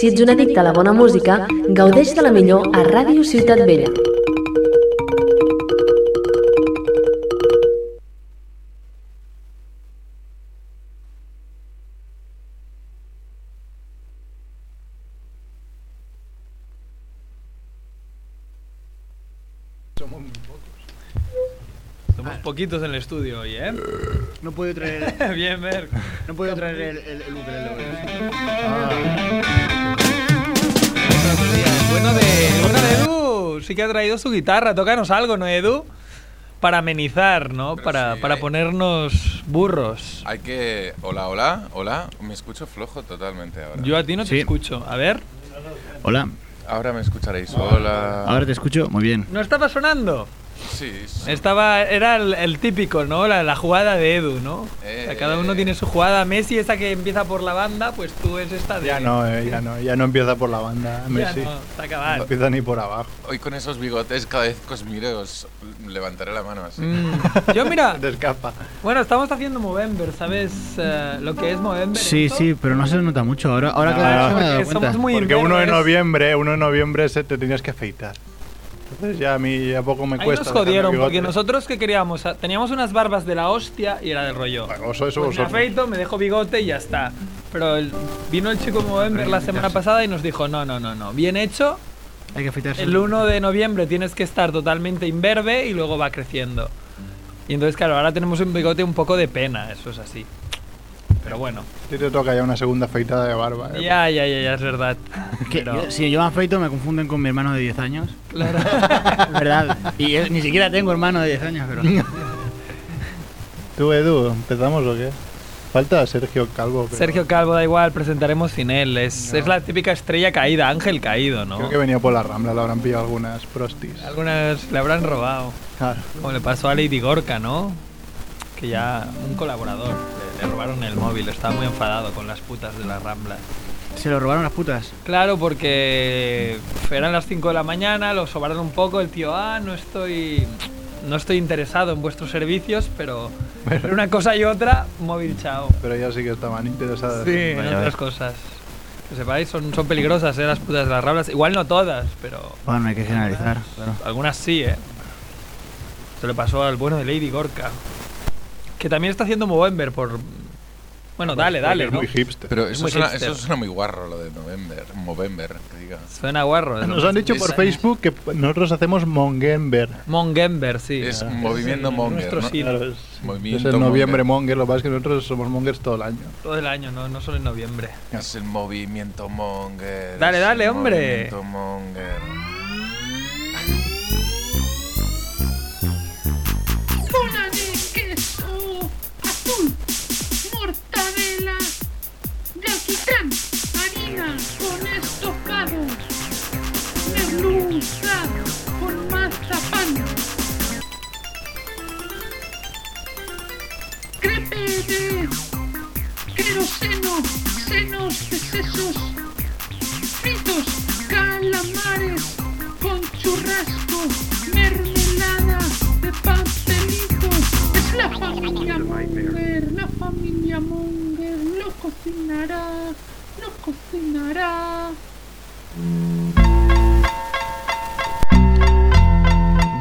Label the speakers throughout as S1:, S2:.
S1: Si ets un addicte a la bona música, gaudeix de la millor a Ràdio Ciutat Vella.
S2: Somos muy pocos.
S3: Somos poquitos en el estudio hoy, ¿eh?
S2: No puedo traer,
S3: Bien, Merck.
S2: no puedo traer el, el, el ukelele hoy.
S3: Bueno de, bueno de Edu, sí que ha traído su guitarra. Tócanos algo, ¿no, Edu? Para amenizar, ¿no?
S4: Pero
S3: Para,
S4: sí,
S3: para
S4: eh.
S3: ponernos burros.
S4: Hay que. Hola, hola, hola. Me escucho flojo totalmente ahora.
S3: Yo a ti no te
S5: Sí.
S3: escucho. A ver.
S5: Hola,
S4: Ahora me escucharéis. Hola.
S5: ahora te escucho muy bien.
S3: No estaba sonando.
S4: Sí, sí.
S3: Estaba, era el, el típico, ¿no? La, la jugada de Edu, ¿no? O sea,
S4: Eh.
S3: cada uno tiene su jugada. Messi, esa que empieza por la banda, pues tú es esta de.
S2: Ya no, eh, ya no, ya no empieza por la banda,
S3: Ya
S2: Messi.
S3: no,
S2: No
S3: está acabado.
S2: empieza ni por abajo.
S4: Hoy con esos bigotes, cada vez que os mire, os levantaré la mano así.
S3: Mm. Yo, mira,
S2: Te escapa.
S3: bueno, estamos haciendo Movember, ¿sabes eh, lo que es Movember?
S5: Sí,
S3: esto?
S5: sí, pero no se nota mucho. Ahora, ahora
S2: No,
S5: que ahora
S2: no,
S5: me he dado
S3: porque
S5: cuenta.
S3: somos muy- pues.
S2: Porque
S3: invierno
S2: 1 de
S3: es-
S2: noviembre, 1 de noviembre se te tenías que afeitar. Entonces ya a mí ya poco me
S3: Ahí
S2: cuesta.
S3: nos
S2: dejarme
S3: jodieron,
S2: bigote.
S3: porque nosotros que queríamos, Ah, teníamos unas barbas de la hostia y era del rollo.
S2: Bueno, Oso, eso
S3: Pues me
S2: vosotros.
S3: afeito, me dejo bigote y ya está. Pero el- vino el chico Movember la semana pasada y nos dijo, no, no, no, no, bien hecho,
S5: Hay que afeitarse.
S3: el 1 de noviembre tienes que estar totalmente imberbe y luego va creciendo. Y entonces, claro, ahora tenemos un bigote un poco de pena, eso es así. Pero bueno,
S2: A ti te toca ya una segunda afeitada de barba. eh.
S3: ya, ya, ya, ya es verdad.
S5: Es que
S3: Pero-
S5: yo- si yo me afeito me confunden con mi hermano de 10 años.
S3: Claro.
S5: Es verdad. Y yo ni siquiera tengo hermano de 10 años, pero.
S2: Tú, Edu, ¿empezamos o qué? Falta Sergio Calvo. pero
S3: Sergio Calvo, da igual, presentaremos sin él. Es, es la típica estrella caída, ángel caído, ¿no?
S2: Creo que venía por la Rambla, lo habrán pillado algunas prostis.
S3: Algunas le habrán robado.
S2: Claro.
S3: Como le pasó a Lady Gorka, ¿no? Que ya un colaborador le, le robaron el móvil, estaba muy enfadado con las putas de la Rambla.
S5: Se lo robaron las putas.
S3: Claro, porque eran las 5 de la mañana, lo sobraron un poco, el tío, ah, no estoy no estoy interesado en vuestros servicios, pero entre una cosa y otra, móvil chao.
S2: Pero ya sí que estaban interesadas.
S3: Sí, en otras cosas. Que sepáis, son, son peligrosas, ¿eh? Las putas de las Ramblas. Igual no todas, pero
S5: Bueno, hay que generalizar. claro.
S3: Algunas sí, ¿eh? Se le pasó al bueno de Lady Gorka. Que también está haciendo Movember por... Bueno, dale,
S2: Porque
S3: dale,
S2: es
S3: ¿no?
S2: muy hipster.
S4: Pero
S3: Es
S4: eso
S3: muy
S4: suena,
S3: hipster.
S4: eso suena muy guarro lo de November. Movember, que diga.
S3: Suena guarro.
S2: Nos han dicho por
S4: Es-
S2: Facebook que nosotros hacemos Mongember.
S3: Mongember, sí.
S4: es
S3: Ah,
S4: movimiento
S3: el-
S4: monger,
S3: Nuestro
S4: ¿no?
S3: sí,
S2: Claro, es, es
S4: Movimiento
S2: el noviembre
S4: monger.
S2: monger, lo que pasa es que nosotros somos mongers todo el año.
S3: todo el año, no, no solo en noviembre.
S4: Es el movimiento monger.
S3: Dale,
S4: es el
S3: dale, hombre.
S4: Movimiento monger.
S6: bola de queso azul, mortadela de alquitrán, harina con estocados, merluza con mazapán, crepe de queroseno, senos de sesos, fritos, calamares con churrasco, mermelada de pastelito. Es la familia Munger, la familia Munger lo cocinará, lo cocinará.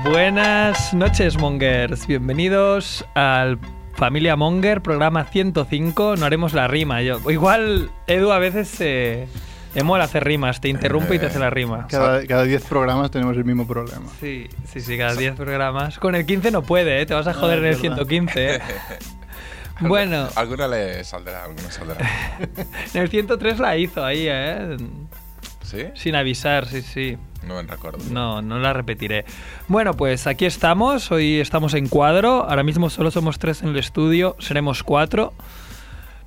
S3: Buenas noches, Mongers. Bienvenidos al Familia Monger, programa 105. No haremos la rima. Yo, igual, Edu a veces se... Le mola hacer rimas, te interrumpe y te hace la rima.
S2: Cada cada 10 programas tenemos el mismo problema.
S3: Sí, sí, sí, cada 10 programas. Con el 15 no puede, ¿eh? te vas a joder en el
S2: Ah, es verdad.
S3: 115. ¿eh? bueno,
S4: Alguna le saldrá, alguna saldrá.
S3: en el 103 la hizo ahí, ¿eh?
S4: ¿Sí?
S3: Sin avisar, sí, sí.
S4: No me recuerdo.
S3: No, no la repetiré. Bueno, pues aquí estamos, hoy estamos en cuadro, ahora mismo solo somos tres en el estudio, seremos cuatro.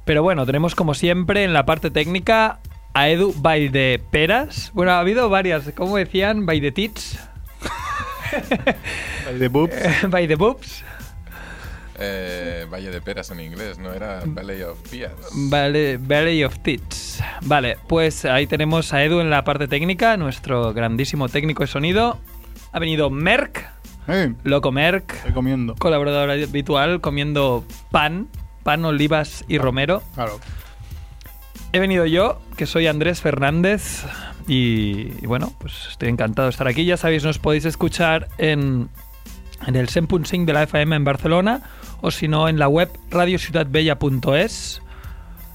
S3: Pero bueno, tenemos como siempre en la parte técnica a Edu by de peras. Bueno, ha habido varias, como decían, by the tits,
S2: Hay de boobs,
S3: by the boobs.
S4: Eh, Valle de peras en inglés, no era Valley of Pears.
S3: Vale, Valley of Tits. Vale, pues ahí tenemos a Edu en la parte técnica, nuestro grandísimo técnico de sonido. Ha venido Merck,
S2: Eh,
S3: loco Merck,
S2: estoy comiendo.
S3: colaborador habitual, comiendo pan, pan, olivas y romero.
S2: Claro.
S3: He venido yo, que soy Andrés Fernández, y, y bueno, pues estoy encantado de estar aquí. Ya sabéis, nos podéis escuchar en, en el 100.5 de la FM en Barcelona, o si no, en la web radiociudadbella.es.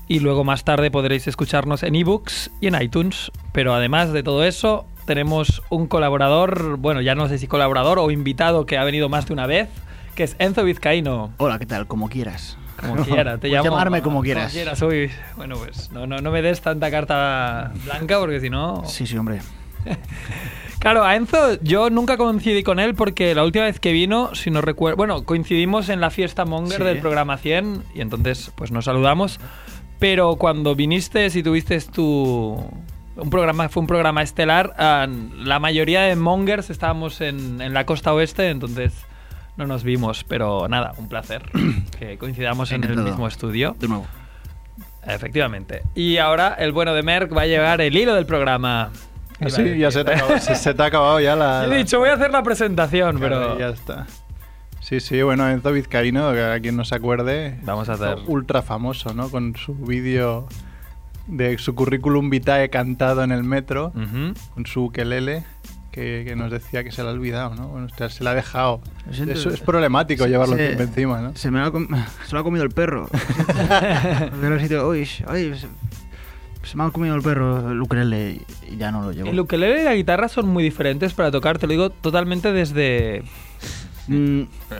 S3: Y luego más tarde podréis escucharnos en ebooks y en iTunes. Pero además de todo eso, tenemos un colaborador, bueno, ya no sé si colaborador o invitado que ha venido más de una vez, que es Enzo Vizcaíno.
S5: Hola, ¿qué tal? Como quieras.
S3: Como quiera, te
S5: Puedes
S3: llamo.
S5: llamarme como quieras.
S3: uy. Bueno, pues no, no, no me des tanta carta blanca porque si no.
S5: Sí, sí, hombre.
S3: Claro, a Enzo yo nunca coincidí con él porque la última vez que vino, si no recuerdo, bueno, coincidimos en la fiesta Monger
S5: Sí.
S3: del programa 100 y entonces pues nos saludamos, pero cuando viniste y tuviste tu un programa fue un programa estelar, ah, la mayoría de Mongers estábamos en, en la costa oeste, entonces no nos vimos, pero nada, un placer que coincidamos en el
S5: Encantado.
S3: mismo estudio.
S5: De nuevo.
S3: Efectivamente. Y ahora el bueno de Merck va a llevar el hilo del programa.
S2: Ah,
S3: Iba a
S2: sí, ya
S3: decir.
S2: se te, ha acabado, se- se te ha acabado ya la...
S3: He dicho, voy a hacer la presentación,
S2: la-
S3: pero...
S2: Ya está. Sí, sí, bueno, Enzo Vizcaíno, que a quien no se acuerde,
S3: Vamos a hacer...
S2: ultra famoso, ¿no? Con su vídeo de su currículum vitae cantado en el metro,
S3: Ujú.
S2: con su ukelele, que, que nos decía que se la ha olvidado, ¿no? Bueno, hostia, se la ha dejado.
S5: Lo siento.
S2: Eso es problemático llevarlo
S5: Se-
S2: siempre encima, ¿no?
S5: Se me lo ha, com- se lo ha comido el perro. Pero el sitio, uy, ay, se, se me ha comido el perro el ukelele y ya no lo llevo.
S3: El ukelele y la guitarra son muy diferentes para tocar, te lo digo totalmente desde
S5: Mm, mm,
S3: la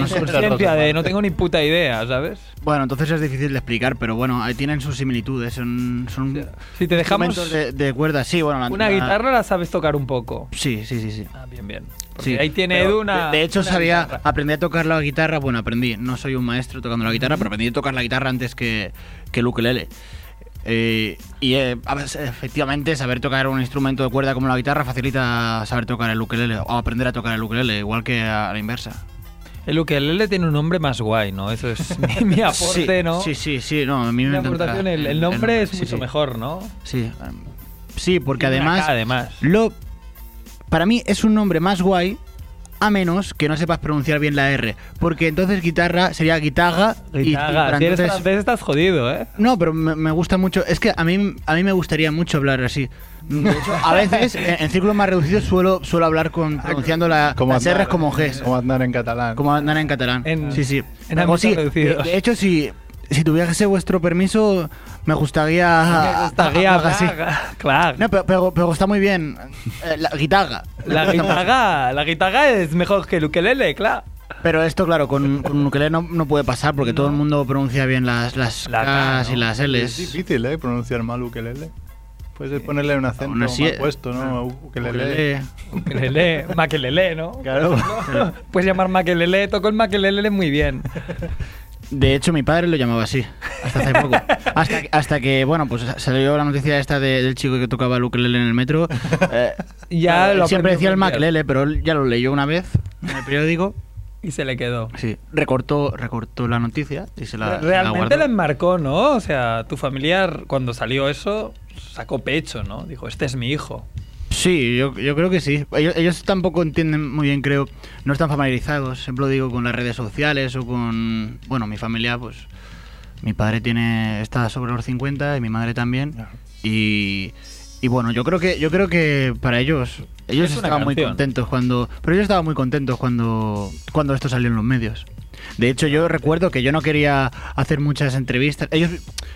S5: no sé.
S3: inconsciencia de no tengo ni puta idea, ¿sabes?
S5: Bueno, entonces es difícil de explicar, pero bueno, ahí tienen sus similitudes. Son, son
S3: Si te dejamos
S5: instrumentos de, de cuerdas, sí, bueno. la-
S3: una
S5: la-
S3: guitarra la sabes tocar un poco.
S5: Sí, sí, sí, sí.
S3: Ah, bien, bien. Porque
S5: Sí,
S3: ahí tiene
S5: pero
S3: Edu una...
S5: De, de hecho,
S3: una
S5: sabía,
S3: guitarra.
S5: aprendí a tocar la guitarra. Bueno, aprendí, no soy un maestro tocando la guitarra, pero aprendí a tocar la guitarra antes que, que el ukelele. Eh, y eh, a ver, efectivamente, saber tocar un instrumento de cuerda como la guitarra facilita saber tocar el ukelele o aprender a tocar el ukelele, igual que a la inversa.
S3: El ukelele tiene un nombre más guay, ¿no? Eso es mi, mi aporte,
S5: sí,
S3: ¿no?
S5: Sí, sí, sí, no, a mí me
S3: Mi
S5: encanta
S3: aportación, el, el nombre es
S5: sí,
S3: mucho
S5: sí.
S3: mejor, ¿no?
S5: Sí, um, sí, porque
S3: Tiene una
S5: además,
S3: K, además.
S5: lo para mí es un nombre más guay a menos que no sepas pronunciar bien la R, porque entonces guitarra sería guitarra y- y
S3: Guitarra.
S5: para
S3: Si eres
S5: entonces-
S3: francés estás jodido, ¿eh?
S5: no, pero me, me gusta mucho. Es que a mí, a mí me gustaría mucho hablar así. De hecho, a veces en, en círculos más reducidos suelo, suelo hablar
S3: Ah,
S5: con, pronunciando la, las
S2: andar-
S5: R's como Gs.
S2: Como andar en catalán.
S5: Como andar en catalán.
S3: En-
S5: sí, sí.
S3: en
S5: Algo
S3: ámbitos
S5: así.
S3: reducidos.
S5: De, de hecho, si, si tuviese vuestro permiso, me gustaría.
S3: Me gustaría
S5: algo así.
S3: hablar, Claro.
S5: ah, No, pero, pero, pero está muy bien. Eh, la guitarra.
S3: La guitarra, la guitarra es mejor que el ukelele, claro.
S5: Pero esto, claro, con, con un ukelele no, no puede pasar porque todo el mundo pronuncia bien las, las
S3: La K,
S5: Ks y
S3: ¿no?
S5: las
S2: Es
S5: Ls.
S2: difícil, ¿eh? Pronunciar mal ukelele. Puedes ponerle un acento
S5: Aún así,
S2: mal
S5: eh,
S2: puesto, ¿no? Ukelele.
S5: Ukelele.
S3: Ukelele, maquelele, ¿no?
S2: Claro.
S3: Puedes llamar maquelele, toco el maquelele muy bien.
S5: De hecho, mi padre lo llamaba así, hasta hace poco. Hasta, que- hasta que, bueno, pues salió la noticia esta de- del chico que tocaba el ukelele en el metro. Eh,
S3: Ya
S5: claro,
S3: lo
S5: él siempre
S3: aprendí
S5: decía
S3: a pronunciar.
S5: el maquelele, pero él ya lo leyó una vez en el periódico.
S3: Y se le quedó.
S5: Sí, recortó, recortó la noticia y se la se la
S3: Realmente
S5: guardó.
S3: la enmarcó, ¿no? O sea, tu familiar, cuando salió eso, sacó pecho, ¿no? Dijo, este es mi hijo.
S5: Sí, yo, yo creo que sí. Ellos, ellos tampoco entienden muy bien, creo, no están familiarizados, siempre lo digo, con las redes sociales o con... Bueno, mi familia, pues... Mi padre tiene está sobre los 50 y mi madre también. Y, y bueno, yo creo que yo creo que para ellos ellos
S3: Es una
S5: estaban muy
S3: canción.
S5: contentos cuando, pero ellos estaban muy contentos cuando cuando esto salió en los medios. De hecho, yo recuerdo que yo no quería hacer muchas entrevistas. Ellos,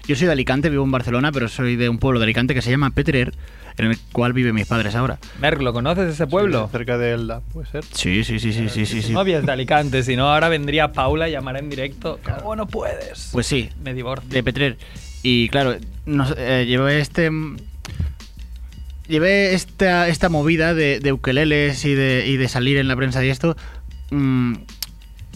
S5: yo soy de Alicante, vivo en Barcelona, pero soy de un pueblo de Alicante que se llama Petrer, en el cual viven mis padres ahora.
S3: Merck, ¿lo conoces ese pueblo?
S2: Cerca de Elda, puede ser.
S5: Sí, sí, sí, sí, sí, sí, sí.
S3: No es de Alicante, si no, ahora vendría Paula y llamará en directo. ¿Cómo no puedes?
S5: Pues sí,
S3: me divorcio.
S5: de Petrer. Y claro, nos, eh, llevé este. Llevé esta, esta movida de, de ukeleles y de, y de salir en la prensa y esto mm,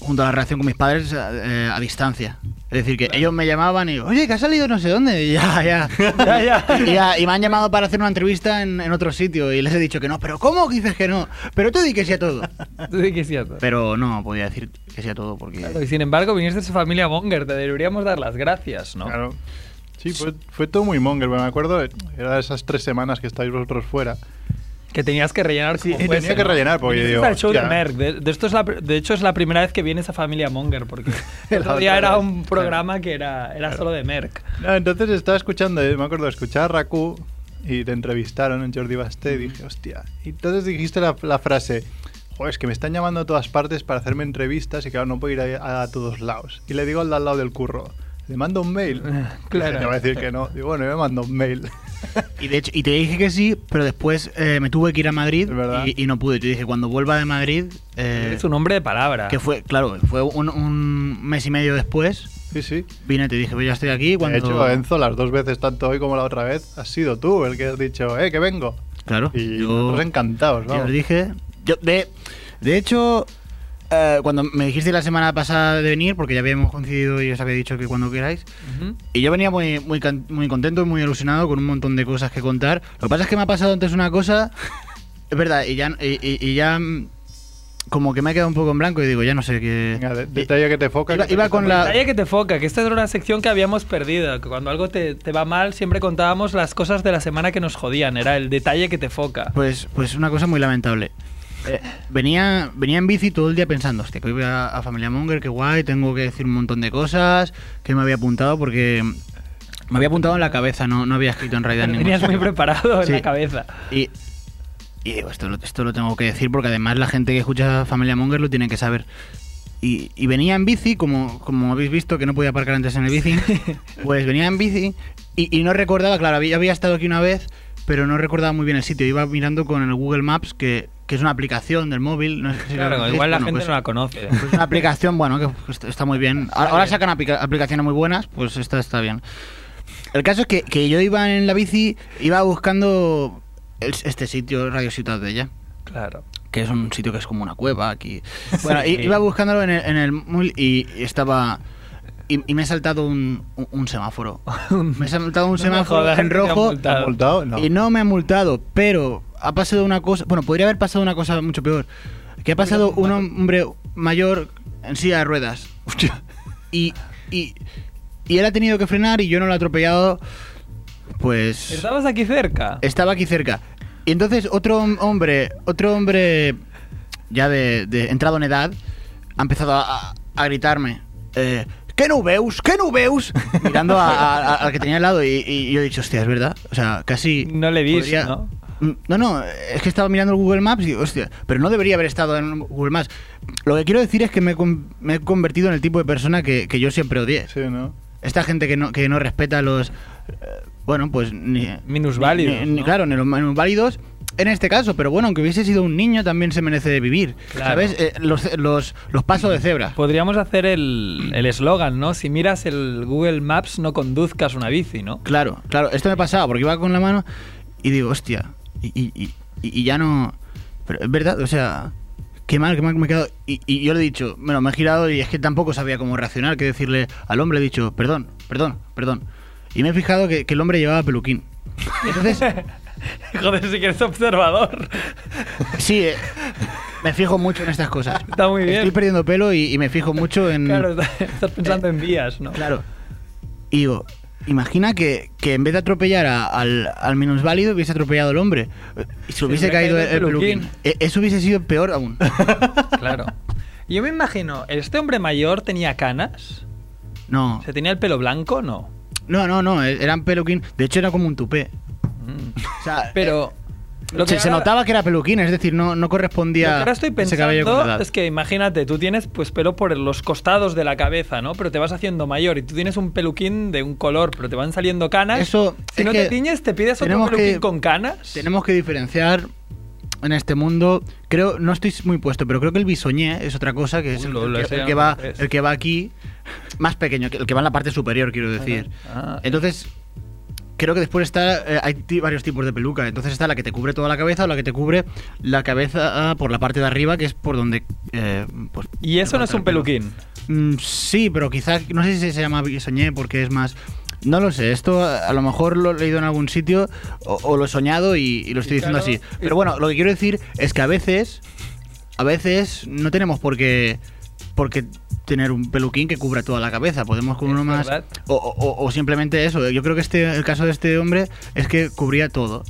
S5: junto a la relación con mis padres eh, a distancia. Es decir, que ellos me llamaban y, oye, que has salido no sé dónde. Y ya, ya.
S3: Ya, ya.
S5: Y, ya- y me han llamado para hacer una entrevista en, en otro sitio y les he dicho que no. ¿Pero cómo que dices que no? Pero tú di que sí a todo.
S3: Tú sí que es cierto.
S5: Pero no, podía decir que sí a todo porque.
S3: Claro, y sin embargo, viniste de su familia Monger, te deberíamos dar las gracias, ¿no?
S2: Claro. Sí, fue, fue todo muy monger. Me acuerdo, era de esas tres semanas que estáis vosotros fuera.
S3: Que tenías que rellenar
S2: Sí,
S3: como
S2: tenía
S3: fuese,
S2: que
S3: ¿no?
S2: rellenar, porque
S3: Viniste
S2: digo,
S3: al show
S2: ya.
S3: de Merck. De, de esto es la pr- de hecho, es la primera vez que viene esa familia Monger, porque el otro
S2: La
S3: día
S2: otra
S3: era
S2: vez,
S3: un programa que era, era solo de Merck.
S2: No, entonces estaba escuchando, eh, me acuerdo, escuchaba a Raku y te entrevistaron en Jordi Basté y dije, hostia. Y entonces dijiste la, la frase, joder, es que me están llamando a todas partes para hacerme entrevistas y claro, no puedo ir a, a todos lados. Y le digo al de al lado del curro, le mando un mail.
S3: Claro.
S2: Me va a decir que no. Digo, bueno, yo me mando un mail.
S5: Y de hecho, y te dije que sí, pero después eh, me tuve que ir a Madrid
S2: Es verdad.
S5: y, y no pude. Te dije, cuando vuelva de Madrid, eh,
S3: es un hombre de palabra.
S5: que fue, claro, fue un, un mes y medio después,
S2: Sí, sí.
S5: vine y te dije, pues ya estoy aquí. Cuando...
S2: De hecho, Enzo, las dos veces, tanto hoy como la otra vez, has sido tú el que has dicho, eh, que vengo.
S5: Claro.
S2: Y
S5: yo-
S2: nosotros encantados,
S5: Ya
S2: vamos.
S5: os dije. Yo, de, de hecho, eh, cuando me dijiste la semana pasada de venir, porque ya habíamos coincidido y os había dicho que cuando queráis,
S3: Ujú.
S5: y yo venía muy, muy, can- muy contento y muy ilusionado con un montón de cosas que contar. Lo que pasa es que me ha pasado antes una cosa, es verdad, y ya, y, y- y ya mm, como que me ha quedado un poco en blanco y digo, ya no sé qué...
S2: Venga, de- detalle que te foca.
S5: Iba-
S2: que te
S5: iba
S2: quita
S5: con
S2: muy-
S5: la-
S3: Detalle que te foca, que esta era una sección que habíamos perdido, que cuando algo te, te va mal siempre contábamos las cosas de la semana que nos jodían, era el detalle que te foca.
S5: Pues, pues una cosa muy lamentable. Eh, venía, venía en bici todo el día pensando, hostia, que hoy voy a, a Familia Monger, qué guay, tengo que decir un montón de cosas, que me había apuntado porque me había apuntado en la cabeza, no, no había escrito en realidad
S3: Lo
S5: ningún
S3: tenías muy preparado en
S5: Sí.
S3: la cabeza.
S5: Y, y digo, esto, lo- esto lo tengo que decir porque además la gente que escucha Familia Monger lo tiene que saber. Y, y venía en bici, como, como habéis visto que no podía aparcar antes en el bici, pues venía en bici y, y no recordaba, claro, había, había estado aquí una vez, pero no recordaba muy bien el sitio. Iba mirando con el Google Maps, que, que es una aplicación del móvil. No sé si la
S3: Claro,
S5: conocéis.
S3: igual la
S5: Bueno,
S3: gente
S5: pues-
S3: no la conoce.
S5: pues una aplicación, bueno, que est- está muy bien. Ahora, ahora sacan aplica- aplicaciones muy buenas, pues esta está bien. El caso es que, que yo iba en la bici, iba buscando el- este sitio, Radio Ciudad Bella,
S3: Claro.
S5: que es un sitio que es como una cueva aquí. Bueno,
S3: Sí.
S5: i- iba buscándolo en el, en el móvil y y estaba... Y, y me he saltado un, un- un semáforo. Me he saltado un
S3: No me
S5: semáforo
S3: jodas,
S5: en
S3: que te han
S5: rojo
S3: multado.
S2: ¿Has multado? No.
S5: y no me ha multado, pero ha pasado una cosa. Bueno, podría haber pasado una cosa mucho peor. Que ha pasado un hombre mayor en silla de ruedas.
S2: Hostia.
S5: Y, y, y él ha tenido que frenar y yo no lo he atropellado. Pues.
S3: Estabas aquí cerca.
S5: Estaba aquí cerca. Y entonces otro hom- hombre, otro hombre ya de, de entrado en edad, ha empezado a, a- a gritarme. Eh, ¿Qué no veus? ¿Qué no veus? Mirando a- a- a- al que tenía al lado y, y yo he dicho, hostia, es verdad. O sea, casi...
S3: No le vis,
S5: podría-
S3: ¿no?
S5: Mm, No, no, es que estaba mirando el Google Maps y digo, hostia, pero no debería haber estado en Google Maps. Lo que quiero decir es que me, he con- me he convertido en el tipo de persona que, que yo siempre odié.
S2: Sí, ¿no?
S5: Esta gente que no, que no respeta los... eh, bueno, pues ni...
S3: Minusválidos,
S5: ni- ni-
S3: ¿no?
S5: Claro, ni los minusválidos en este caso, pero bueno, aunque hubiese sido un niño también se merece de vivir.
S3: Claro. Pues
S5: ¿Sabes? Eh, los, los, los pasos de cebra.
S3: Podríamos hacer el el eslogan, ¿no? Si miras el Google Maps, no conduzcas una bici, ¿no?
S5: Claro, claro, esto me pasaba porque iba con la mano y digo, hostia, y, y- y- y ya no... Pero es verdad, o sea, qué mal, qué mal que me he quedado. Y, y yo le he dicho, bueno, me he girado y es que tampoco sabía cómo reaccionar, que decirle al hombre, he dicho, perdón, perdón, perdón. Y me he fijado que, que el hombre llevaba peluquín. Entonces,
S3: Joder, si que eres observador.
S5: sí, eh, me fijo mucho en estas cosas.
S3: Está muy bien.
S5: Estoy perdiendo pelo y, y me fijo mucho en...
S3: Claro, estás pensando en vías, ¿no?
S5: Mm. Claro. Y digo, imagina que, que en vez de atropellar a- al, al minusválido hubiese atropellado al hombre. Y se hubiese
S3: hubiera
S5: caído
S3: caído el
S5: el, el peluquín.
S3: peluquín.
S5: E- Eso hubiese sido peor aún.
S3: Claro. Yo me imagino, ¿este hombre mayor tenía canas?
S5: No,
S3: ¿Se tenía el pelo blanco no?
S5: no, no, no. e- Eran peluquín. De hecho, era como un tupé.
S3: Mm.
S5: O sea,
S3: Pero...
S5: se, se
S3: ahora-
S5: notaba que era peluquín, es decir, no, no
S3: lo que
S5: correspondía
S3: ahora estoy
S5: ese cabello con la
S3: pensando
S5: edad.
S3: es que imagínate, tú tienes pues pelo por los costados de la cabeza, ¿no? Pero te vas haciendo mayor y tú tienes un peluquín de un color, pero te van saliendo canas.
S5: Eso,
S3: si
S5: es
S3: no
S5: que
S3: te tiñes, te pides otro
S5: tenemos que-
S3: peluquín con canas.
S5: Tenemos que diferenciar en este mundo. Creo, no estoy muy puesto, pero creo que el bisoñé es otra cosa que es
S3: Uy,
S5: el,
S3: lo- lo
S5: el que,
S3: sé,
S5: el que
S3: no
S5: va,
S3: sé.
S5: el que va aquí más pequeño, que- el que va en la parte superior, quiero decir. eh,
S3: Ah,
S5: Entonces, creo que después está. eh, hay ti- varios tipos de peluca. Entonces está la que te cubre toda la cabeza o la que te cubre la cabeza ah, por la parte de arriba, que es por donde. eh, pues,
S3: y eso no es un peluquín.
S5: Mm, sí, pero quizás. No sé si se llama bisoñé porque es más. No lo sé, esto a a lo mejor lo he leído en algún sitio o, o lo he soñado y, y lo estoy
S3: Y
S5: diciendo
S3: claro,
S5: así. Pero bueno, lo que quiero decir es que a veces, a veces no tenemos por qué, por qué tener un peluquín que cubra toda la cabeza. Podemos con
S3: Es
S5: uno más...
S3: verdad.
S5: O, o- o simplemente eso. Yo creo que este, el caso de este hombre es que cubría todo.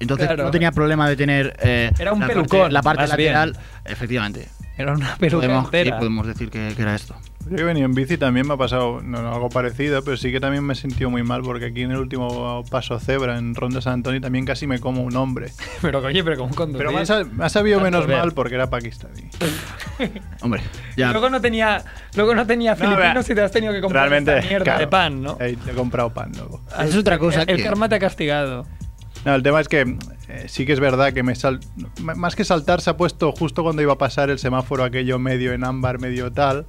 S5: Entonces
S3: Claro.
S5: no tenía problema de tener. eh,
S3: Era un
S5: la parte-
S3: pelucón,
S5: la parte
S3: más bien.
S5: lateral, efectivamente.
S3: Era una peluca
S5: podemos, sí,
S3: entera.
S5: podemos decir que, que era esto.
S2: Yo que he venido en bici también me ha pasado no, no, algo parecido, pero sí que también me he sentido muy mal porque aquí en el último paso cebra, en Ronda San Antonio, también casi me como un hombre.
S3: Pero coño, pero como conducir.
S2: Pero me ha, sa- me ha sabido
S3: Tanto
S2: menos
S3: ver.
S2: mal porque era pakistaní.
S5: Hombre, ya.
S3: Luego no tenía, luego no tenía
S2: No,
S3: filipinos
S2: vea,
S3: y te has tenido que comprar
S2: Realmente,
S3: esta mierda
S2: claro,
S3: de pan, ¿no?
S2: eh, he comprado pan luego.
S5: Esa es otra cosa
S3: El, el
S5: que-
S3: karma te ha castigado.
S2: No, el tema es que eh, sí que es verdad que me sal... m- más que saltar se ha puesto justo cuando iba a pasar el semáforo aquello medio en ámbar, medio tal.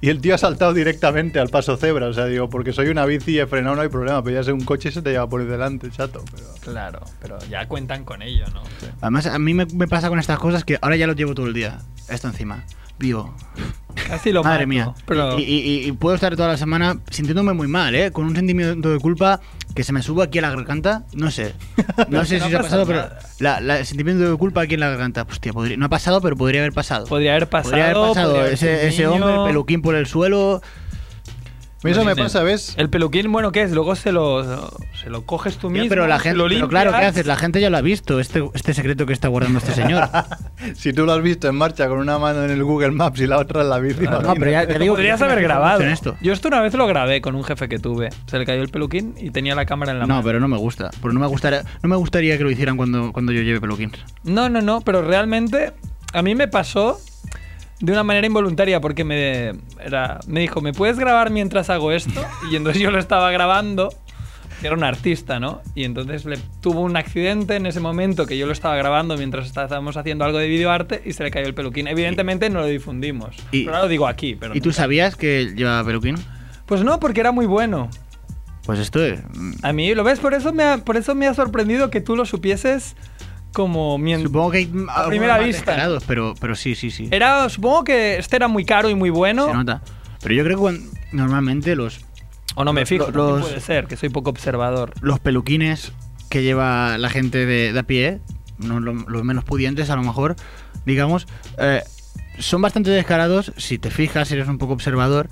S2: Y el tío ha saltado directamente al paso cebra. O sea, digo, porque soy una bici y he frenado, no hay problema. Pero ya sé un coche y se te lleva por delante, chato. Pero...
S3: Claro, pero ya cuentan con ello, ¿no?
S5: Además, a mí me, me pasa con estas cosas que ahora ya lo llevo todo el día. Esto encima. Vivo.
S3: Casi lo
S5: Madre
S3: mato,
S5: mía.
S3: Pero
S5: Y, y- y- y puedo estar toda la semana sintiéndome muy mal, ¿eh? Con un sentimiento de culpa que se me sube aquí a la garganta. No sé. No sé
S3: No
S5: si os ha
S3: pasa
S5: pasado, pero
S3: nada.
S5: la, la- el sentimiento de culpa aquí en la garganta. Hostia, podría- no ha pasado, pero podría haber pasado.
S3: podría haber pasado.
S5: Podría haber pasado.
S3: podría haber sido
S5: ese
S3: un
S5: ese
S3: niño.
S5: hombre, peluquín por el suelo.
S2: A mí eso
S3: Sí,
S2: me
S3: sí.
S2: pasa, ¿ves?
S3: El peluquín, bueno, ¿qué es? Luego se lo, se lo coges tú
S5: Ya,
S3: mismo.
S5: pero la gente,
S3: lo
S5: pero claro, ¿qué
S3: limpias.
S5: haces? La gente ya lo ha visto, este, este secreto que está guardando este señor.
S2: Si tú lo has visto en marcha con una mano en el Google Maps y la otra en la bici.
S5: No, pero ya te
S3: Lo
S5: digo que
S3: podrías
S5: yo
S3: haber
S5: tengo
S3: grabado.
S5: en esto.
S3: Yo esto una vez lo grabé con un jefe que tuve. Se le cayó el peluquín y tenía la cámara en la
S5: No,
S3: mano.
S5: pero no me gusta. Porque no me gustaría, no me gustaría que lo hicieran cuando, cuando yo lleve peluquín.
S3: No, no, no, pero realmente a mí me pasó de una manera involuntaria porque me, era, me dijo, ¿me puedes grabar mientras hago esto? Y entonces yo lo estaba grabando, que era un artista, ¿no? Y entonces le tuvo un accidente en ese momento que yo lo estaba grabando mientras estábamos haciendo algo de videoarte y se le cayó el peluquín. Evidentemente no lo difundimos.
S5: y-
S3: pero ahora lo digo aquí, pero...
S5: ¿Y tú
S3: no.
S5: sabías que llevaba peluquín?
S3: Pues no, porque era muy bueno.
S5: Pues esto es... mm,
S3: A mí, ¿lo ves? Por eso me ha, por eso me ha sorprendido que tú lo supieses como mientras...
S5: Supongo que hay mm, algunos
S3: primera
S5: más
S3: vista. Eh,
S5: descarados, pero, pero sí, sí, sí.
S3: Era, supongo que este era muy caro y muy bueno.
S5: Se nota. Pero yo creo que cuan- normalmente los,
S3: O no me fijo,
S5: Lo-
S3: también
S5: los-
S3: puede ser, que soy poco observador.
S5: los peluquines que lleva la gente de, de a pie, no, lo- los menos pudientes a lo mejor, digamos, eh, son bastante descarados, si te fijas, si eres un poco observador,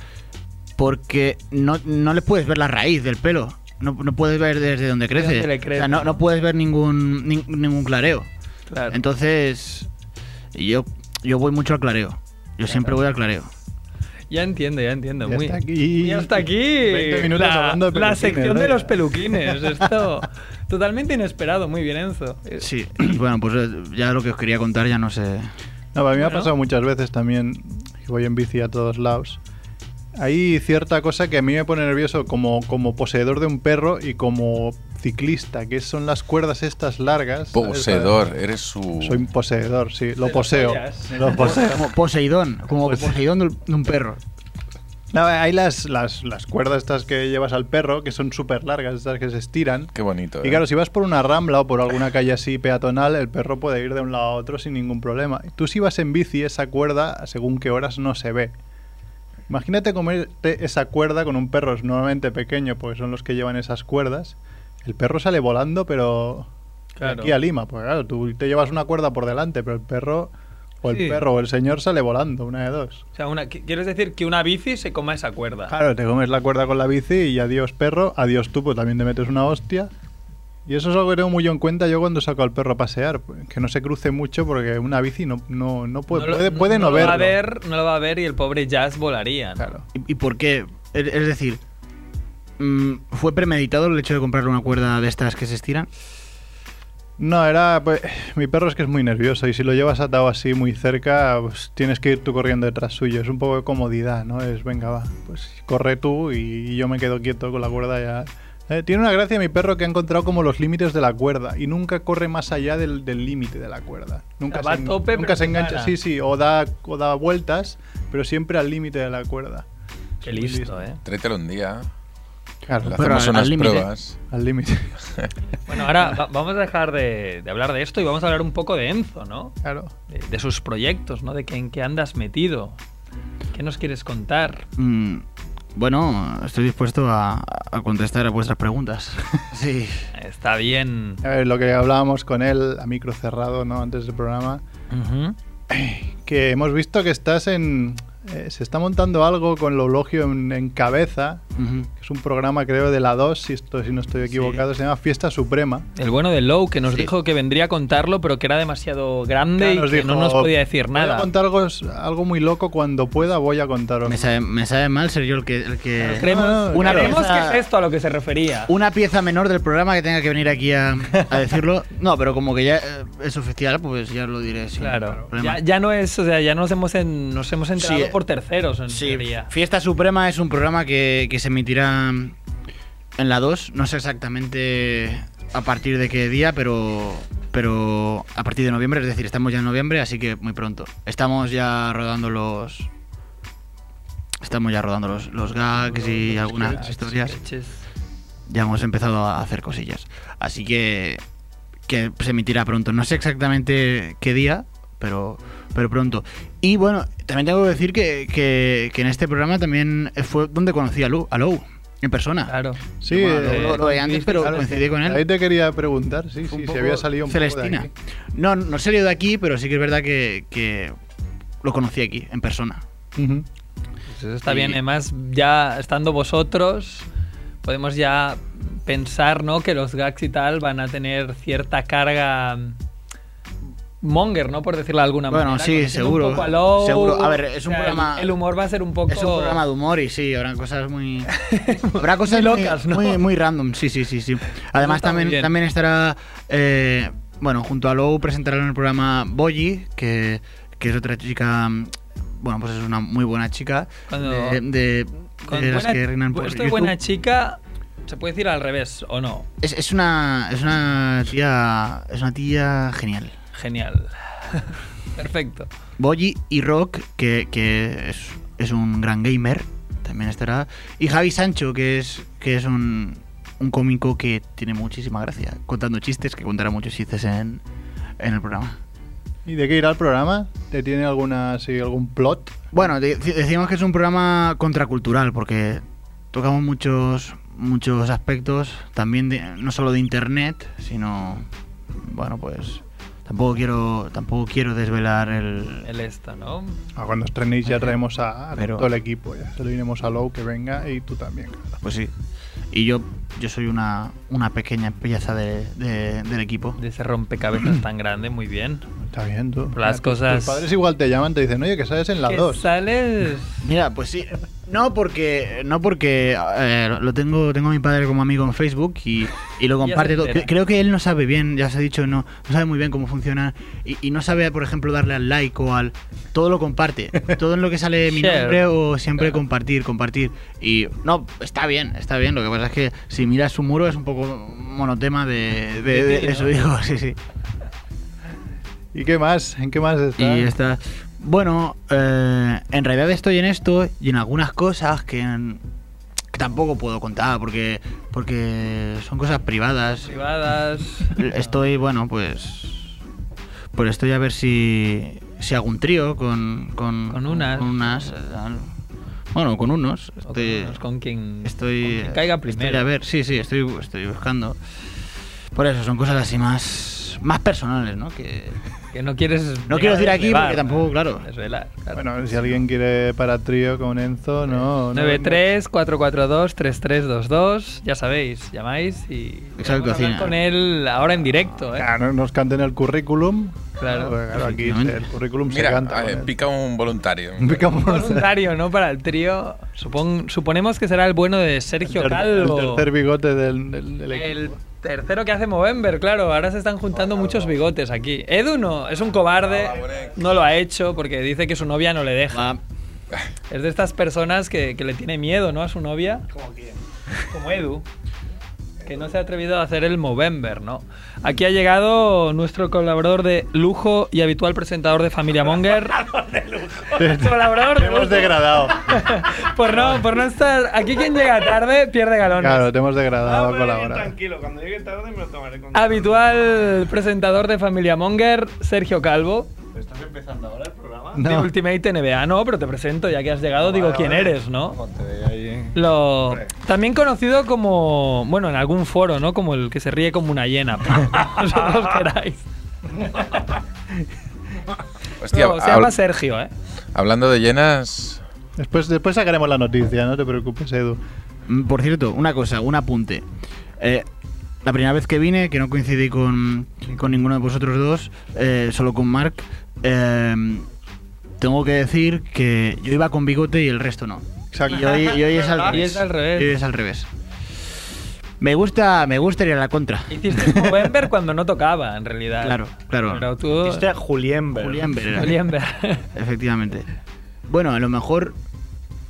S5: porque no, no le puedes ver la raíz del pelo. No, no puedes ver desde dónde crece.
S3: dónde le crece,
S5: O sea, no,
S3: ¿no?
S5: no puedes ver ningún, nin- ningún clareo.
S3: Claro.
S5: Entonces, yo, yo voy mucho al clareo. Yo siempre voy al clareo.
S3: ya entiendo, ya entiendo.
S2: Ya
S3: muy,
S2: está aquí.
S3: Y hasta aquí
S2: 20 minutos
S3: la,
S2: hablando de
S3: la
S2: peluquines,
S3: sección
S2: ¿no?
S3: de los peluquines. Esto totalmente inesperado. Muy bien, Enzo. Eh,
S5: Sí, y bueno, pues eh, ya lo que os quería contar ya no sé.
S2: No, a mí me ha
S3: Bueno.
S2: pasado muchas veces también, que voy en bici a todos lados. Hay cierta cosa que a mí me pone nervioso como, como poseedor de un perro y como ciclista, que son las cuerdas estas largas. ¿sabes?
S4: Poseedor, eres su.
S2: Soy un poseedor, sí, lo
S3: Te lo
S2: poseo.
S3: follas.
S2: Lo poseo.
S5: Como Poseidón, como
S2: Pues-
S5: Poseidón de un- de un perro.
S2: No, hay las, las, las cuerdas estas que llevas al perro, que son súper largas, estas que se estiran.
S4: Qué bonito.
S2: Y
S4: ¿eh?
S2: claro, si vas por una rambla o por alguna calle así peatonal, el perro puede ir de un lado a otro sin ningún problema. Tú si vas en bici, esa cuerda, según qué horas, no se ve. Imagínate comerte esa cuerda con un perro normalmente pequeño, porque son los que llevan esas cuerdas. El perro sale volando, pero de
S3: Claro.
S2: aquí a Lima, porque claro, tú te llevas una cuerda por delante, pero el perro o el
S3: Sí.
S2: perro o el señor sale volando, una de dos.
S3: O sea, una, qui- quieres decir que una bici se coma esa cuerda.
S2: Claro, te comes la cuerda con la bici y adiós perro, adiós tú, pues también te metes una hostia. Y eso es algo que tengo muy yo en cuenta yo cuando saco al perro a pasear, pues, que no se cruce mucho porque una bici no, no, no puede,
S3: lo-
S2: pues puede, puede no,
S3: lo va a
S2: verlo.
S3: ver, no lo va a ver y el pobre Jazz volaría. ¿no?
S2: Claro.
S5: ¿Y, y por qué? Es es decir, mm, ¿fue premeditado el hecho de comprarle una cuerda de estas que se estiran?
S2: No, era. pues, mi perro es que es muy nervioso y si lo llevas atado así muy cerca, pues, tienes que ir tú corriendo detrás suyo. Es un poco de comodidad, ¿no? Es venga, va, pues corre tú y, y yo me quedo quieto con la cuerda ya. Eh, tiene una gracia mi perro que ha encontrado como los límites de la cuerda y nunca corre más allá del del límite de la cuerda. Nunca,
S3: O sea, va
S2: se,
S3: a tope,
S2: nunca
S3: pero
S2: se
S3: no
S2: engancha,
S3: para.
S2: sí, sí, o da, o da vueltas, pero siempre al límite de la cuerda.
S3: Qué
S2: Muy
S3: listo, ¿eh?
S4: Tráetelo un día.
S2: Claro,
S4: Le
S5: Pero
S4: hacemos
S5: al- al
S4: unas
S5: límite.
S4: pruebas.
S2: al límite.
S3: Bueno, ahora va- vamos a dejar de, de hablar de esto y vamos a hablar un poco de Enzo, ¿no?
S2: Claro.
S3: De, de sus proyectos, ¿no? De que, en qué andas metido. ¿Qué nos quieres contar?
S5: Mm, bueno, estoy dispuesto a, a contestar a vuestras preguntas. sí.
S3: Está bien.
S2: A ver, lo que hablábamos con él a micro cerrado, ¿no? Antes del programa.
S3: Ujú.
S2: que hemos visto que estás en. eh, se está montando algo con lo elogio en, en cabeza,
S5: Ujú.
S2: que es un programa, creo, de la 2, si, esto, si no estoy equivocado, se llama Fiesta Suprema.
S3: El bueno de Low, que nos
S5: Sí.
S3: dijo que vendría a contarlo, pero que era demasiado grande
S2: Claro,
S3: y que no nos podía decir
S2: "Voy a
S3: nada.
S2: contar algo, algo muy loco cuando pueda, voy a contaros.
S5: Me, sabe, me sabe mal ser yo el que... el que-
S3: Creemos,
S2: No, no,
S5: una
S2: claro.
S3: creemos
S5: pieza-
S3: que es esto a lo que se refería.
S5: Una pieza menor del programa que tenga que venir aquí a, a decirlo. No, pero como que ya eh, es oficial, pues ya lo diré. sin
S3: Claro.
S5: problema.
S3: Ya, ya no es, o sea, ya nos hemos, en- nos hemos enterado
S5: Sí, eh.
S3: por terceros, en
S5: Sí,
S3: teoría.
S5: Fiesta Suprema es un programa que, que se emitirá en la 2. No sé exactamente a partir de qué día, pero, pero a partir de noviembre. Es decir, estamos ya en noviembre, así que muy pronto. Estamos ya rodando los. Estamos ya rodando los, los gags y algunas historias.
S3: Leches.
S5: Ya hemos empezado a hacer cosillas. Así que. que se emitirá pronto. No sé exactamente qué día, pero, pero pronto. Y bueno, también tengo que decir que, que- que en este programa también fue donde conocí a Lou, a Lou en persona.
S3: Claro.
S2: Sí,
S5: Bueno,
S2: eh,
S5: lo, lo de antes, pero
S2: claro,
S5: coincidí con
S2: Ahí
S5: él.
S2: te quería preguntar,
S5: Fue
S2: sí,
S5: un
S2: sí, si
S5: poco
S2: había salido un
S5: Celestina.
S2: poco de aquí.
S5: No, no salió de aquí, pero sí que es verdad que, que lo conocí aquí, en persona.
S2: Ujú.
S3: Pues eso está
S5: Y-
S3: bien. Además, ya estando vosotros, podemos ya pensar, ¿no? Que los gags y tal van a tener cierta carga mm, monger, ¿no? Por decirlo de alguna
S5: Bueno,
S3: manera.
S5: sí,
S3: Conociendo
S5: seguro.
S3: Un poco a Lou,
S5: Seguro. A ver, es un
S3: el-
S5: programa-
S3: El humor va a ser un poco.
S5: Es un programa de humor y sí, habrá cosas muy. Habrá cosas
S3: Muy
S5: muy
S3: locas, ¿no?
S5: muy, muy random, sí, sí, sí. sí. Además,
S3: está muy
S5: también,
S3: bien.
S5: también estará. eh, bueno, junto a Lou presentarán el programa Boyi, que, que es otra chica. mm, Bueno, pues es una muy buena chica.
S3: Cuando-
S5: de de-
S3: con
S5: de las
S3: buena-
S5: que reinan por
S3: esto
S5: YouTube.
S3: de buena chica se puede decir al revés, ¿o no?
S5: Es, es una. Es una tía. Es una tía genial.
S3: Genial. Perfecto.
S5: Boyi y Rock, que, que es, es un gran gamer, también estará. Y Javi Sancho, que es, que es un, un cómico que tiene muchísima gracia, contando chistes, que contará muchos chistes en, en el programa.
S2: ¿Y de qué irá el programa? ¿Te tiene alguna, sí, algún plot?
S5: Bueno, de- decimos que es un programa contracultural, porque tocamos muchos, muchos aspectos, también de- no solo de internet, sino. Bueno, pues. Tampoco quiero, tampoco quiero desvelar el,
S3: El esta, ¿no?
S2: Ah, cuando estrenéis ya traemos a, a
S5: Pero-
S2: todo el equipo, ya. Se lo diremos a Low que venga y tú también. claro.
S5: Pues sí. Y yo, yo soy una, una pequeña pieza de- de- del equipo.
S3: De ese rompecabezas tan grande, muy bien.
S2: Está bien, tú.
S3: Pero las
S2: Mira, tus-
S3: cosas-
S2: Tus padres igual te llaman, te dicen, oye, que sales en la
S3: Que
S2: 2.
S3: sales
S5: Mira, pues sí. No porque no porque eh, lo tengo tengo a mi padre como amigo en Facebook y, y lo
S3: Ya se
S5: comparte todo.
S3: entera.
S5: Cre- Creo que él no sabe bien, ya se ha dicho, no, no sabe muy bien cómo funciona y, y no sabe, por ejemplo, darle al like o al todo lo comparte, todo en lo que sale mi
S3: Share.
S5: nombre o siempre compartir, compartir y no está bien, está bien. Lo que pasa es que si miras su muro es un poco monotema de, de- de- de eso digo, sí sí.
S2: ¿Y qué más? ¿En qué más
S5: Y
S2: está?
S5: está. Bueno, eh, en realidad estoy en esto y en algunas cosas que, que tampoco puedo contar porque, porque son cosas privadas.
S3: privadas.
S5: Eh, Estoy, bueno, pues. Pues estoy a ver si, si hago un trío con. Con,
S3: Con unas.
S5: con unas, eh, bueno, con unos.
S3: O
S5: Estoy-
S3: con- con quien, con
S5: Estoy.
S3: quien caiga
S5: estoy
S3: primero.
S5: a ver, sí, sí, estoy, estoy buscando. Por eso, son cosas así más. Más personales, ¿no? Que,
S3: Que no quieres.
S5: No
S3: llegar
S5: quiero decir
S3: a
S5: aquí
S3: desvelar,
S5: porque tampoco, claro.
S3: desvelar, claro.
S2: Bueno, si alguien quiere para trío con Enzo, no. no-
S3: 93-442-3322, ya sabéis, llamáis y
S5: Exacto,
S3: vamos a hablar
S5: sí.
S3: con él ahora en directo, ¿eh?
S2: Claro, Ah, nos canten el currículum.
S3: Claro.
S2: Porque, claro, aquí
S5: Efectivamente.
S2: el currículum se
S4: Mira,
S2: canta.
S4: eh,
S2: con él.
S4: pica un voluntario.
S2: Pica un-
S3: Voluntario, ¿no? Para el trío. Supon- suponemos que será el bueno de Sergio
S2: el ter-
S3: Calvo.
S2: El tercer bigote del, del- del equipo.
S3: El tercero que hace Movember, claro. Ahora se están juntando muchos bigotes aquí. Edu no, es un cobarde.
S4: Ah, bueno.
S3: No lo ha hecho porque dice que su novia no le deja.
S5: va-
S3: Es de estas personas que, que le tiene miedo, ¿no? A su novia. ¿Como Como Edu. Que no se ha atrevido a hacer el Movember, ¿no? Aquí ha llegado nuestro colaborador de lujo y habitual presentador de Familia Monger. colaborador
S2: Te
S3: de
S2: hemos
S3: lujo.
S2: degradado.
S3: por, no, por no estar. Aquí quien llega tarde pierde galones.
S2: Claro, te hemos degradado a colaborar.
S7: Tranquilo, cuando llegue tarde me lo tomaré con
S3: Habitual presentador de Familia Monger, Sergio Calvo,
S7: ¿Estás empezando ahora el programa?
S3: de
S2: No.
S3: Ultimate NBA. No, pero te presento, ya que has llegado, digo quién eres, ¿no? Lo, también conocido como, bueno, en algún foro, ¿no? Como el que se ríe como una hiena. Vosotros queráis.
S4: Hostia,
S3: No, se
S4: hab-
S3: llama Sergio, ¿eh?
S4: hablando de llenas,
S2: Después, después sacaremos la noticia, no te preocupes, Edu.
S5: Mm, Por cierto, una cosa, un apunte. Eh, la primera vez que vine, que no coincidí con, con ninguno de vosotros dos, eh, solo con Mark, eh, tengo que decir que yo iba con bigote y el resto no.
S2: Exacto.
S5: Y hoy, y hoy es al
S3: Y
S5: revés.
S3: es al revés.
S5: Y hoy es al revés. Me gusta, me gusta ir a la contra.
S3: Hiciste Movember cuando no tocaba, en realidad.
S5: Claro, claro.
S3: Pero tú...
S8: Este es Julián Bell.
S5: Julián Berger.
S3: Movember.
S5: Efectivamente. Bueno, a lo mejor.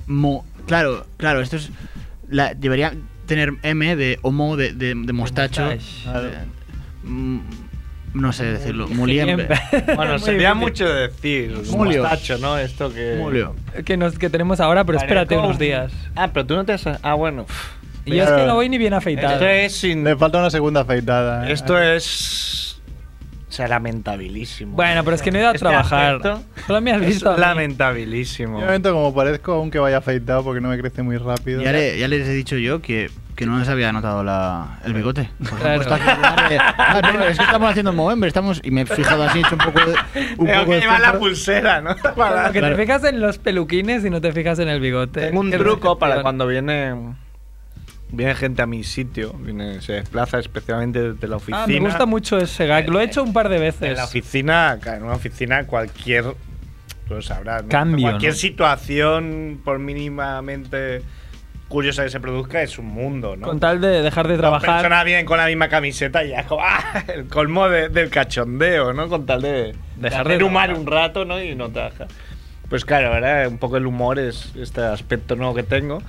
S5: mo- claro, claro, esto es. La, debería tener M de homo, de, de, de mostacho.
S3: mustache.
S5: Eh, mm, no sé decirlo.
S3: Julián
S5: Muliembe.
S3: Bell.
S8: Bueno,
S3: Muy
S8: sería
S3: difícil.
S8: mucho decir.
S5: Mulio.
S8: Mostacho, ¿no? Esto que.
S5: Mulio.
S3: Que, nos, que tenemos ahora, pero espérate
S8: Parezco-
S3: unos días.
S8: Ah, pero tú no te has. Ah, bueno. pff.
S3: Y yo es que no voy ni bien afeitado.
S8: Esto es. sin-
S2: Le falta una segunda afeitada. ¿eh?
S8: Esto es. O sea, lamentabilísimo.
S3: Bueno, pero es que no he ido a
S8: Este
S3: trabajar.
S8: aspecto
S3: Solo me has
S8: es
S3: visto. a mí.
S8: lamentabilísimo.
S2: Yo me siento como parezco, aunque vaya afeitado porque no me crece muy rápido.
S5: Ya, le- ya les he dicho yo que, que no les había notado la, el bigote. Por
S3: Claro.
S5: supuesto, hay que darle- Ah, no, no, es que estamos haciendo Movember, estamos. Y me he fijado así, he hecho un poco de. Un
S8: Tengo
S5: poco
S8: que
S5: de
S8: llevar Eh, la
S5: centro.
S8: pulsera, ¿no?
S3: Como
S8: Para-
S3: que
S5: Claro.
S3: te fijas en los peluquines y no te fijas en el bigote.
S8: Tengo un
S3: Qué
S8: truco para
S3: decepción.
S8: cuando viene. Viene gente a mi sitio, viene, se desplaza especialmente desde la oficina.
S3: Ah, me gusta mucho ese gag. Lo he hecho un par de
S8: En
S3: veces.
S8: la oficina, claro, en una oficina cualquier, tú lo sabrás, ¿no?
S3: Cambio,
S8: cualquier
S3: ¿no?
S8: situación por mínimamente curiosa que se produzca es un mundo, ¿no?
S3: Con tal de dejar de
S8: Dos
S3: trabajar.
S8: personas vienen con la misma camiseta y ya es como ¡ah! el colmo de- del cachondeo, ¿no? Con tal de
S3: Dejar
S8: dejar
S3: de
S8: de humar
S3: trabajar.
S8: un rato, ¿no? Y no trabajar. Pues claro, ahora un poco el humor es este aspecto nuevo que tengo.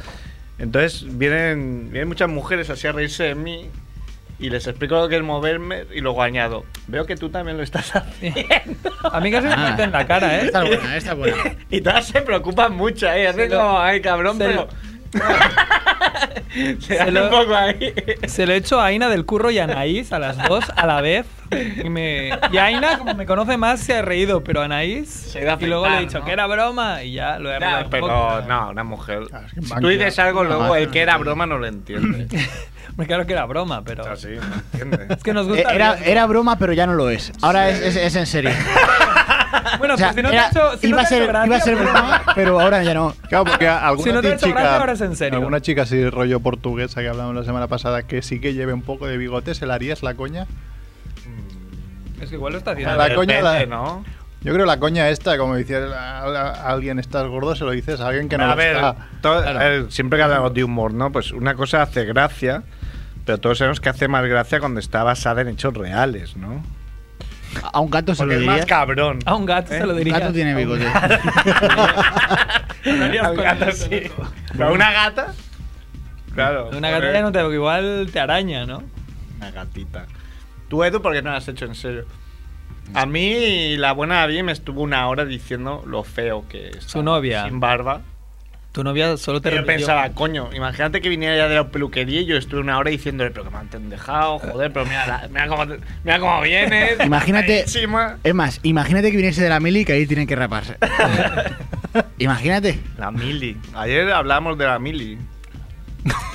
S8: Entonces vienen, vienen muchas mujeres así a reírse de mí y les explico lo que es moverme y luego añado, veo que tú también lo estás haciendo.
S3: A mí casi me
S5: Ah.
S3: mete en la cara, ¿eh?
S5: Esta es buena, esta es buena.
S8: Y todas se preocupan mucho, ¿eh? Hacen
S3: lo-
S8: como, ay, cabrón,
S3: se
S8: pero...
S3: lo-
S8: se
S3: se
S8: dan
S3: lo-
S8: un poco ahí.
S3: Se lo he hecho a Aina del Curro y a Anaís a las dos a la vez. Y, me... y Aina, como me conoce más, se ha reído, pero Anaís.
S8: Se da a
S3: y luego le he
S8: afeitar,
S3: dicho
S8: ¿no?
S3: que era broma y ya lo he arreglado
S8: No,
S3: un
S8: pero
S3: poco.
S8: no, una mujer.
S2: Ah, es que
S8: Si tú
S2: Bankia-
S8: dices algo, luego
S5: no,
S8: el
S5: no
S8: que era broma no lo entiende.
S3: Hombre, claro que era broma, pero.
S8: O sea, sí, no entiende.
S3: Es que nos
S5: Eh,
S3: gusta.
S5: Era,
S3: reírnos.
S5: era broma, pero ya no lo es. Ahora es, es, es en serio.
S3: Bueno,
S5: O sea,
S3: pues si no
S5: era-
S3: te ha hecho. Si no
S5: iba, a
S3: te ha
S5: ser,
S3: hecho gracia,
S5: iba a ser
S3: pues-
S5: broma, pero ahora ya no.
S2: Claro, porque a-
S3: Ah, Si no
S2: alguna
S3: te ha hecho
S2: chica.
S3: gracia, ahora es en serio.
S2: Alguna chica así rollo portuguesa que hablamos la semana pasada que sí que lleve un poco de bigote, ¿se la harías la coña?
S3: Es que igual lo está
S2: A
S3: haciendo.
S2: la coña la-
S8: Depende, ¿no?
S2: Yo creo la coña esta, como decía a, a- a alguien estás gordo, se lo dices a alguien que no
S8: a
S2: lo
S8: ver,
S2: está.
S8: to- eh, siempre que hablamos de humor, ¿no? Pues una cosa hace gracia, pero todos sabemos que hace más gracia cuando está basada en hechos reales, ¿no?
S5: A un gato se
S8: Porque
S5: lo
S8: es
S5: diría.
S8: más cabrón.
S3: A un gato se lo
S5: Un
S3: diría.
S5: gato tiene bigote.
S8: A un gato sí. Pero a una gata. Claro.
S3: Una gata ya no te. Igual te araña, ¿no?
S8: Una gatita. Tú, Edu, porque no lo has hecho en serio. A mí, la buena Abby me estuvo una hora diciendo lo feo que es.
S3: Su novia.
S8: Sin barba.
S3: Tu novia solo te
S8: Y yo
S3: repitió.
S8: pensaba, coño, imagínate que viniera ya de la peluquería y yo estuve una hora diciéndole, pero que me han dejado, joder, pero mira, la- mira, cómo, te- mira cómo vienes.
S5: Imagínate-
S8: Encima.
S5: Es más, imagínate que viniese de la mili y que ahí tienen que raparse. imagínate.
S8: La mili. Ayer hablábamos de la mili.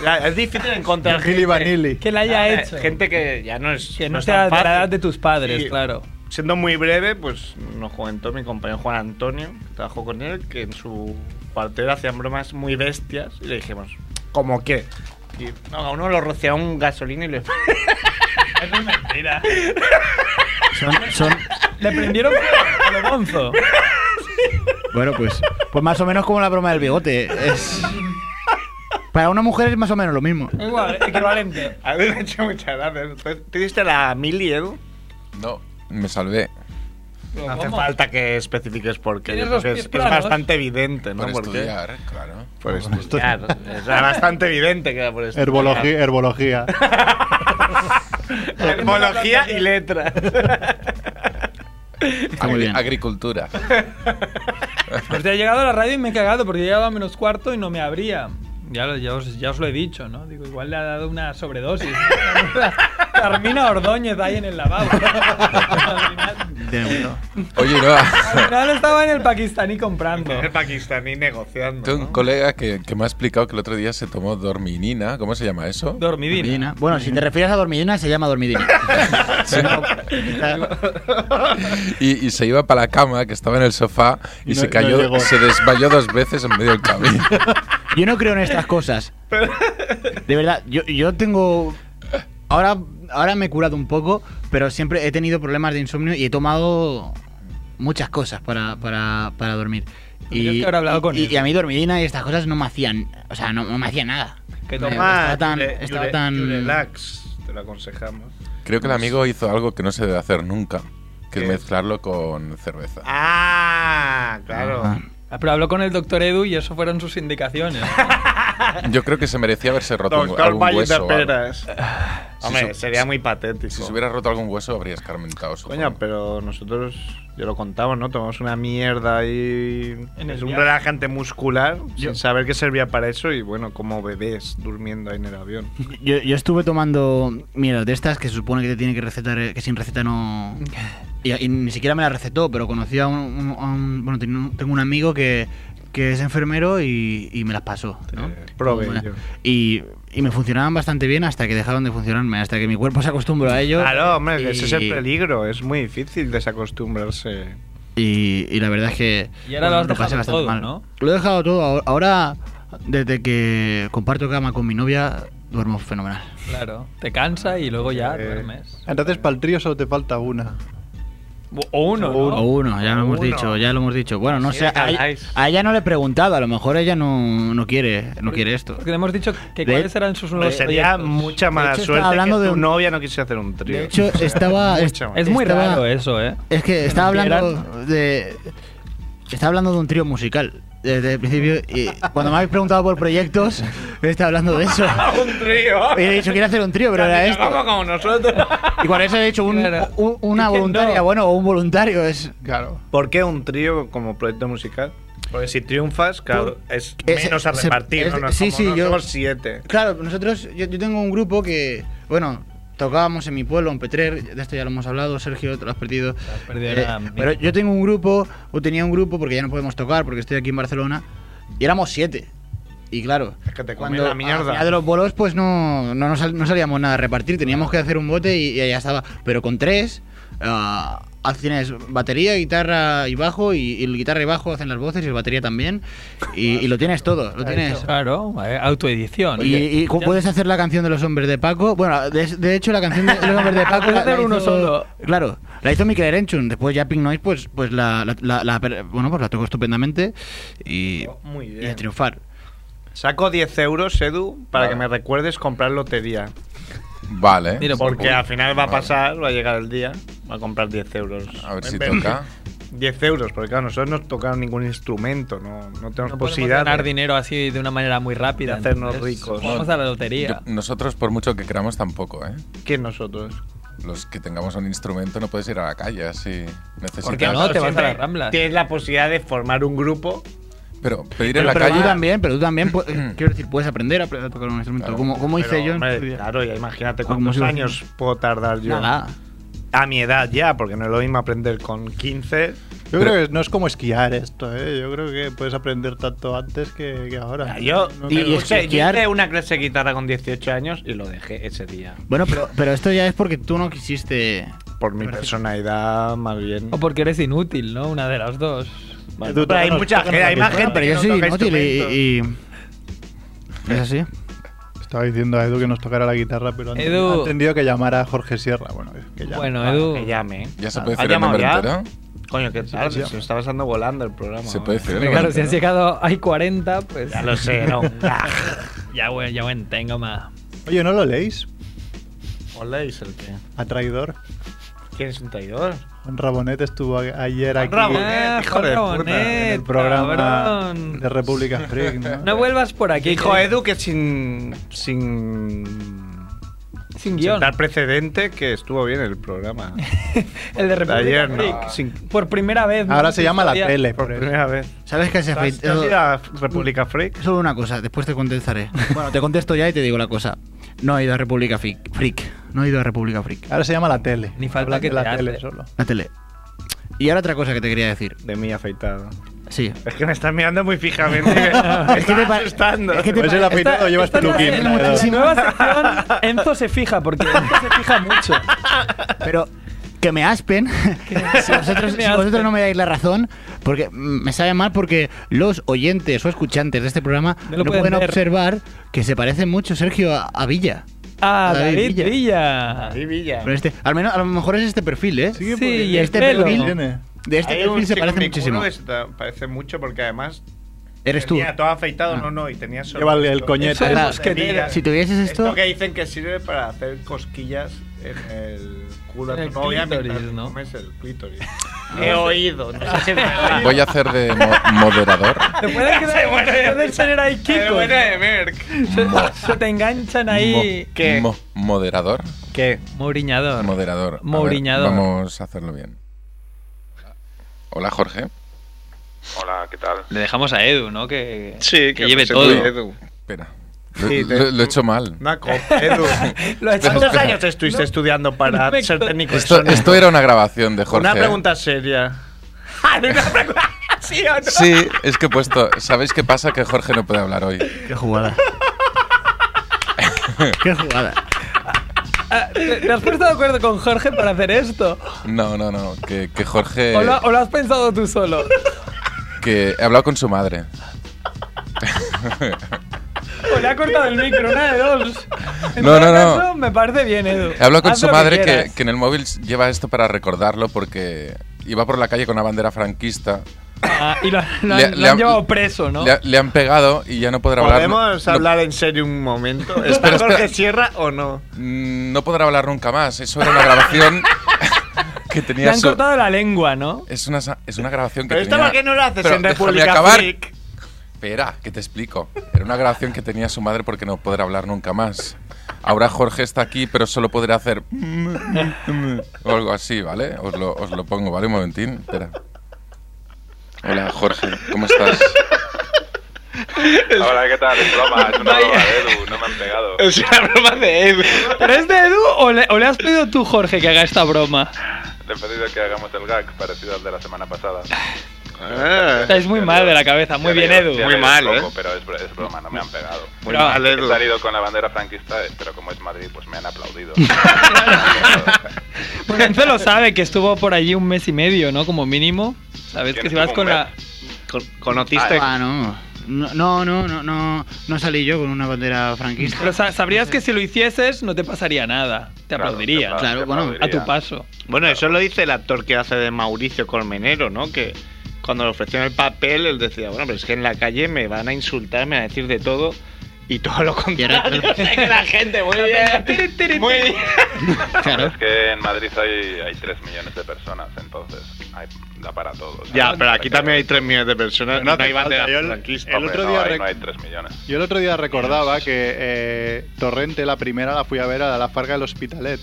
S8: Ya, es difícil encontrar.
S2: Gili
S8: gente-
S2: Vanilli.
S3: Que la haya
S8: eh,
S3: hecho.
S8: Gente que ya no es.
S3: que no,
S8: es
S3: sea
S8: tan
S3: de
S8: fácil.
S3: la edad de tus padres,
S8: Sí.
S3: claro.
S8: Siendo muy breve, pues nos comentó mi compañero Juan Antonio, que trabajó con él, que en su cuartel hacían bromas muy bestias y le dijimos, ¿cómo qué? Y no, a uno lo rociaba un gasolina y le...
S5: Son, son,
S3: Le prendieron fuego a lo bonzo.
S5: bueno, pues, pues más o menos como la broma del bigote. Es, para una mujer es más o menos lo mismo.
S3: Igual, equivalente.
S8: a mí me ha hecho muchas gracias. Entonces, ¿Te diste la mili, Edu?
S4: No, me salvé.
S8: No hace
S3: ¿Cómo?
S8: falta que especifiques por qué.
S3: Tienes
S8: yo creo
S3: los
S8: que
S3: pies
S8: es, es
S3: planos.
S8: bastante evidente, ¿no?
S4: Por
S8: ¿Por qué?
S4: estudiar, claro.
S8: Por estudiar. es bastante evidente que era por estudiar.
S2: Herbología, herbología.
S8: Herbología y letras.
S5: muy
S4: Agri-
S5: bien.
S4: Agricultura.
S3: Pues te he llegado a la radio y me he cagado porque he llegado a menos cuarto y no me abría. Ya, lo- ya, os, ya os lo he dicho, ¿no? Digo, igual le ha dado una sobredosis. Carmina Ordóñez ahí en el lavabo. al, final,
S5: Tiene mucho.
S4: Oye,
S3: al
S4: no.
S3: final estaba en el pakistaní comprando.
S8: El pakistaní negociando.
S4: Tengo un
S8: ¿no?
S4: colega que, que me ha explicado que el otro día se tomó dorminina. ¿Cómo se llama eso?
S3: Dormidina.
S5: Dormidina. Bueno, si te refieres a dormidina, se llama dormidina. Si no,
S4: y, y se iba para la cama, que estaba en el sofá, y
S2: Y no-
S4: se
S2: no
S4: cayó,
S2: llegó.
S4: se desmayó dos veces en medio del camino.
S5: Yo no creo en estas cosas. De verdad, yo, yo tengo. Ahora, ahora me he curado un poco, pero siempre he tenido problemas de insomnio y he tomado muchas cosas para, para, para dormir.
S3: Yo es que habré hablado con
S5: y-
S3: él.
S5: y a mí dormidina y estas cosas no me hacían. O sea, no, no me hacían nada.
S8: Que
S5: Me-
S8: tomás
S5: Estaba tan.
S8: Yure-
S5: estaba
S8: Yure-
S5: tan-
S8: Yurelax, te lo aconsejamos.
S4: Creo que el amigo hizo algo que no se debe hacer nunca, que
S8: ¿Qué?
S4: es mezclarlo con cerveza.
S8: Ah, claro.
S5: Ajá.
S3: Ah, Pero habló con el doctor Edu y eso fueron sus indicaciones.
S4: Yo creo que se merecía haberse roto un-
S8: Doctor
S4: algún
S8: Valle
S4: hueso.
S8: de
S4: o algo.
S8: Peras. Hombre,
S4: su-
S8: sería muy patético.
S4: Si se hubiera roto algún hueso, habría escarmentado.
S8: Coño,
S4: supongo.
S8: pero nosotros ya lo contamos, ¿no? Tomamos una mierda ahí.
S3: En el
S8: Es un
S3: viaje.
S8: relajante muscular,
S5: Yo-
S8: sin saber que servía para eso y bueno, como bebés durmiendo ahí en el avión.
S5: Yo, yo estuve tomando mierdas de estas que se supone que te tiene que recetar, eh, que sin receta no. Y, y ni siquiera me la recetó, pero conocí a un. un- a un- bueno, tenía un- tengo un amigo que, que es enfermero y, y me las pasó. ¿no?
S8: Eh, probé
S5: Bueno,
S8: yo.
S5: y, y me funcionaban bastante bien hasta que dejaron de funcionarme, hasta que mi cuerpo se acostumbró a ello.
S8: Claro, hombre, que ese es el
S5: y-
S8: peligro. Es muy difícil desacostumbrarse.
S5: Y, y la verdad es que.
S3: Y ahora lo has
S5: pasé
S3: dejado
S5: bastante
S3: todo, ¿no?
S5: Lo he dejado todo. Ahora- Ahora, desde que comparto cama con mi novia, duermo fenomenal.
S3: Claro, te cansa y luego ya
S8: Eh,
S3: duermes.
S2: Entonces, para el trío solo te falta una.
S3: O uno, ¿no?
S5: O uno, ya lo hemos
S8: Uno.
S5: dicho, ya lo hemos dicho. Bueno, no
S8: Sí,
S5: sé, a,
S8: caláis.
S5: a ella no le he preguntado, a lo mejor ella no, no quiere, no quiere esto.
S3: Porque le hemos dicho que
S5: De-
S3: cuáles eran sus
S8: Hombre,
S3: nuevos
S8: sería
S3: proyectos.
S8: mucha
S5: De
S8: mala
S5: hecho, estaba
S8: suerte
S5: hablando
S8: que
S5: de
S8: tu
S5: un-
S8: novia no quisiera hacer un trío.
S5: De hecho, estaba...
S8: mucha
S5: est-
S8: mala
S3: Es muy
S5: estaba-
S3: raro eso, ¿eh?
S5: Es que estaba
S3: nos
S5: hablando de... Estaba hablando de un trío musical desde el principio y cuando me habéis preguntado por proyectos, estaba hablando de eso.
S8: un trío.
S5: Y he dicho, quiero hacer un trío, pero era esto.
S8: como nosotros.
S5: Y cuando eso he dicho un-
S3: Claro.
S5: un- una
S3: Dicen,
S5: voluntaria,
S3: no.
S5: bueno, o un voluntario es...
S2: Claro.
S8: ¿Por qué un trío como proyecto musical? Porque si triunfas, claro, es
S5: Es-
S8: menos a
S5: se-
S8: repartir,
S5: es-
S8: ¿no? No es
S5: sí,
S8: como
S5: sí, yo-
S8: nosotros siete.
S5: Claro, nosotros, yo, yo tengo un grupo que, bueno, tocábamos en mi pueblo, en Petrer, de esto ya lo hemos hablado, Sergio, te lo has perdido.
S3: has perdido
S5: Eh,
S3: la mía.
S5: pero yo tengo un grupo, o tenía un grupo, porque ya no podemos tocar, porque estoy aquí en Barcelona, y éramos siete. Y claro,
S8: Es que te comen la mierda.
S5: al final de los bolos, pues no, no, nos sal- no salíamos nada a repartir, teníamos que hacer un bote y, y allá estaba. Pero con tres, ah, haz- tienes batería, guitarra y bajo, y, y el guitarra y bajo hacen las voces y el batería también, y, y lo tienes todo, lo tienes.
S3: Claro, eh,
S8: Ah,
S3: autoedición.
S5: Y, y cu- puedes hacer la canción de los hombres de Paco. Bueno, de, de hecho, la canción de los hombres de Paco.
S3: Puedes
S5: la-
S3: hacer
S5: la
S3: uno solo.
S5: Claro, la hizo Mikel Erenchun. Después, ya Pink Noise, pues, pues la, la- la- la per- bueno, pues la tocó estupendamente y,
S8: Muy
S5: y a
S8: bien.
S5: triunfar.
S8: Saco 10 euros, Edu, para
S4: Vale.
S8: que me recuerdes comprar lotería.
S4: Vale.
S3: Dilo,
S8: Porque
S4: Uy,
S8: al final va a
S4: vale.
S8: pasar, va a llegar el día, va a comprar 10 euros.
S4: A ver si
S8: Ven, ven.
S4: toca.
S8: 10 euros, porque claro, nosotros no tocaron ningún instrumento, no, no tenemos
S3: No podemos
S8: posibilidad.
S3: ganar
S8: de-
S3: dinero así de una manera muy rápida.
S8: De hacernos
S3: entonces,
S8: ricos.
S3: Vamos a la lotería.
S4: Yo- nosotros, por mucho que queramos, tampoco, ¿eh?
S8: ¿Quién nosotros?
S4: Los que tengamos un instrumento no puedes ir a la calle así. Necesitas.
S3: Porque no, te vas a las ramblas.
S8: Tienes la posibilidad de formar un grupo.
S4: Pero pedir en
S5: Pero,
S4: la
S5: pero tú
S4: calle.
S5: también, pero tú también, pu- quiero decir, puedes aprender a, aprender a tocar un instrumento.
S4: Claro.
S5: como, como hice
S8: pero,
S5: yo en
S8: hombre,
S5: su día.
S8: claro, ya imagínate
S5: Ah, como
S8: cuántos
S5: si lo
S8: años puedo tardar yo.
S5: Nada.
S8: A mi edad ya, porque no es lo mismo aprender con 15.
S2: Yo creo que no es como esquiar esto, ¿eh? Yo creo que puedes aprender tanto antes que, que ahora.
S3: Ah,
S8: Yo,
S2: No
S8: y-
S2: creo-
S8: yo
S5: es
S8: sé,
S5: que
S8: yo
S5: guiar-
S8: hice una clase de guitarra con 18 años y lo dejé ese día.
S5: Bueno, pero, pero esto ya es porque tú no quisiste.
S8: Por mi
S5: Parece-
S8: personalidad, más bien.
S3: O porque eres inútil, ¿no? Una de las dos.
S8: Bueno,
S2: Tú
S8: pero hay
S2: tócanos-
S8: mucha
S2: tócanos
S8: gente, hay
S2: la
S8: más
S2: pistola,
S8: gente
S5: Pero
S8: que
S5: yo
S8: no
S5: soy
S8: toca
S5: inútil y.
S8: instrumentos.
S5: y- Es así.
S2: Estaba diciendo a Edu que nos tocara la guitarra, pero antes
S3: Edu.
S2: ha entendido que llamara a Jorge Sierra. Bueno, que ya.
S3: Bueno,
S8: Ah,
S3: Edu.
S8: Que llame.
S4: Ya se puede
S8: ¿Has
S4: decir el
S8: llamado
S4: nombre
S8: ya?
S4: entero.
S8: Coño, qué tarde,
S2: sí.
S8: se me está pasando volando el programa.
S4: Se puede decir el
S3: Pero
S4: nombre
S3: claro, si has
S4: entero.
S3: llegado hay 40, pues.
S8: Ya lo sé, no.
S3: Ya, bueno, ya bueno, tengo más.
S2: Oye, ¿no lo leéis?
S8: ¿Oléis el qué?
S2: A traidor.
S8: ¿Quién es un traidor?
S2: Juan Rabonet estuvo a- ayer aquí
S8: Rabonet,
S3: Ah,
S8: hijo
S3: Jorge
S8: de puta,
S3: Bonet,
S2: en el programa
S3: cabrón.
S2: de República Freak, ¿no?
S3: No vuelvas por aquí.
S8: Dijo
S3: que-
S8: Edu que sin. sin.
S3: Sin
S8: sin
S3: guión.
S8: dar precedente que estuvo bien el programa.
S3: El de República
S8: ayer, ¿no?
S3: Freak.
S8: Sin-
S3: Por primera vez. ¿no?
S2: Ahora se llama la
S3: Historia-
S2: tele.
S8: Por
S2: por eso.
S8: primera vez.
S5: ¿Sabes qué se
S8: ¿Te has- te has ido a República Freak?
S5: Solo una cosa, después te contestaré. Bueno, te contesto ya y te digo la cosa. No he ido a República Freak. Freak. No he ido a República Freak.
S2: Ahora se llama la tele.
S3: Ni falta
S2: Hablan
S3: que
S2: de la
S3: te
S2: tele
S3: hace.
S2: solo.
S5: La tele. Y ahora otra cosa que te quería decir.
S8: De mí afeitado.
S5: Sí.
S8: Es que me estás mirando muy fijamente. me
S5: Es que te
S8: estás
S5: pa-
S8: asustando.
S5: es que te
S2: Pues
S5: pa-
S2: el
S3: Esta-
S2: afeitado llevas
S3: esta es la-
S2: peluquín.
S3: en
S2: ¿no?
S3: la nueva sección, Enzo se fija, porque Enzo se fija mucho.
S5: Pero que me aspen. si vosotros,
S3: Que me
S5: si vosotros
S3: aspen.
S5: no me dais la razón, porque mm, me sabe mal porque los oyentes o escuchantes de este programa
S3: No
S5: no,
S3: lo pueden
S5: pueden
S3: ver.
S5: observar que se parece mucho, Sergio, a, a Villa.
S3: Ah,
S5: David
S3: David
S5: Villa.
S3: Villa.
S9: Ahí Villa.
S5: Pero este, al menos, a lo mejor es este perfil, ¿eh?
S3: Sí,
S2: porque
S3: y el
S5: este
S3: pelo.
S5: perfil
S2: tiene.
S5: De este
S9: Hay un
S5: perfil se
S9: chico en
S5: parece
S9: mi
S5: muchísimo.
S9: curro que se te parece mucho porque además
S5: Eres tú.
S9: tenía todo afeitado,
S5: Ah.
S9: no, no, y tenía solo
S2: Lleva el- el
S9: esto.
S2: coñete.
S3: Eso es
S5: Claro.
S3: mosquetera.
S5: Si tuvieses
S9: Esto,
S5: esto,
S9: que dicen que sirve para hacer cosquillas en el culo
S3: En
S9: a
S3: el
S9: tu novia
S3: clítoris,
S9: mientras
S3: ¿no?
S9: comes el clítoris. He oído, no sé si es verdad.
S4: Voy a hacer de mo- moderador.
S3: Te pueden quedar, puedes tener ahí
S9: Qué
S3: Kiko.
S9: buena de Merck.
S3: Se, se te enganchan ahí.
S4: Mo-
S9: ¿Qué?
S4: mo- ¿Moderador?
S9: ¿Qué?
S3: Mouriñador.
S4: Moderador. A ver,
S3: Mouriñador.
S4: vamos a hacerlo bien. Hola, Jorge.
S8: Hola, ¿qué tal?
S3: Le dejamos a Edu, ¿no? Que,
S8: Sí,
S3: que lleve
S8: se
S3: todo.
S8: cuide.
S9: Edu.
S4: Espera. Lo,
S9: Sí, te-
S4: lo- lo he hecho mal.
S9: Naco, Edu.
S3: Lo ha hecho
S9: ¿Cuántos
S3: todo.
S9: años estuviste estudiando para
S3: Perfecto.
S9: ser técnico? de
S4: Esto,
S9: sonido?
S4: esto era una grabación de Jorge.
S9: Una pregunta seria. Ah, una pregunta. ¿Sí o no?
S4: Sí, es que he puesto. ¿Sabéis qué pasa? Que Jorge no puede hablar hoy.
S5: qué jugada. qué jugada.
S3: Ah, ¿Te te has puesto de acuerdo con Jorge para hacer esto?
S4: No, no, no. Que, que Jorge.
S3: ¿O lo, o lo has pensado tú solo?
S4: Que he hablado con su madre.
S3: ¿O le ha cortado el micro? Una de dos. En
S4: No,
S3: todo
S4: no, no.
S3: caso, Me parece bien, Edu.
S4: He hablado con
S3: Haz
S4: su
S3: lo
S4: madre que,
S3: quieras.
S4: que en el móvil lleva esto para recordarlo porque iba por la calle con una bandera franquista.
S3: Ah, y lo, lo
S4: Le-
S3: han, lo
S4: le
S3: han
S4: han-
S3: llevado preso, ¿no?
S4: Le, ha- le han pegado y ya no podrá hablar.
S9: ¿Podemos
S4: no-
S9: hablar en serio un momento? ¿Está
S4: Espera, espera.
S9: Jorge Sierra o no?
S4: Mm, No podrá hablar nunca más. Eso era una grabación que
S3: Le
S4: tenía
S3: han
S4: su-
S3: cortado la lengua, ¿no?
S4: Es una, sa- es una grabación que
S9: Pero esto
S4: tenía...
S9: ¿por qué no lo haces
S4: Pero
S9: en
S4: déjame
S9: República
S4: acabar.
S9: Freak?
S4: Espera, que te explico. Era una grabación que tenía su madre porque no podrá hablar nunca más. Ahora Jorge está aquí, pero solo podrá hacer... O algo así, ¿vale? Os lo, os lo pongo, ¿vale? Un momentín. Espera. Hola, Jorge. ¿Cómo estás?
S8: Hola, ¿qué tal? Es broma, es una broma, Edu, no me han pegado.
S9: Es una broma de Edu.
S3: ¿Pero es de Edu o le, o le has pedido tú, Jorge, que haga esta broma?
S8: Le he pedido que hagamos el gag parecido al de la semana pasada.
S3: Estáis muy mal de la cabeza. Muy bien, Edu.
S8: Sí, a
S9: Muy
S8: ver,
S9: mal,
S8: un poco,
S9: ¿eh?
S8: Pero es, br- es broma, no me han pegado.
S9: Muy
S3: Bravo.
S9: mal, ¿eh?
S8: He
S9: Edu.
S8: salido con la bandera franquista, eh, pero como es Madrid, pues me han aplaudido.
S3: Bueno, Enzo Pues lo sabe, que estuvo por allí un mes y medio, ¿no? Como mínimo. Sabes que si vas con la...
S9: Conociste.
S5: Ah, no. No, no, no, no, no, no salí yo con una bandera franquista.
S3: Pero sa- sabrías que si lo hicieses no te pasaría nada. Te
S8: Claro,
S3: aplaudirían.
S5: Claro, bueno,
S3: A tu paso.
S9: Bueno, eso lo dice el actor que hace de Mauricio Colmenero, ¿no? Que cuando le ofrecieron el papel, él decía, bueno, pero es que en la calle me van a insultar, me van a decir de todo. Y todo lo contrario. O sea, que la gente, muy bien. Muy bien.
S5: Claro.
S8: Es que en Madrid hay, hay 3 millones de personas, entonces hay, da para todos.
S9: Ya, pero aquí también hay 3 millones de personas. No,
S2: hace
S9: hay bandera
S2: falta, yo el-
S9: franquista.
S2: el
S8: Hombre,
S2: otro
S8: no,
S2: día
S8: ahí
S2: rec-
S8: no hay 3 millones.
S2: Yo el otro día recordaba que eh, Torrente, la primera, la fui a ver a la Farga del Hospitalet.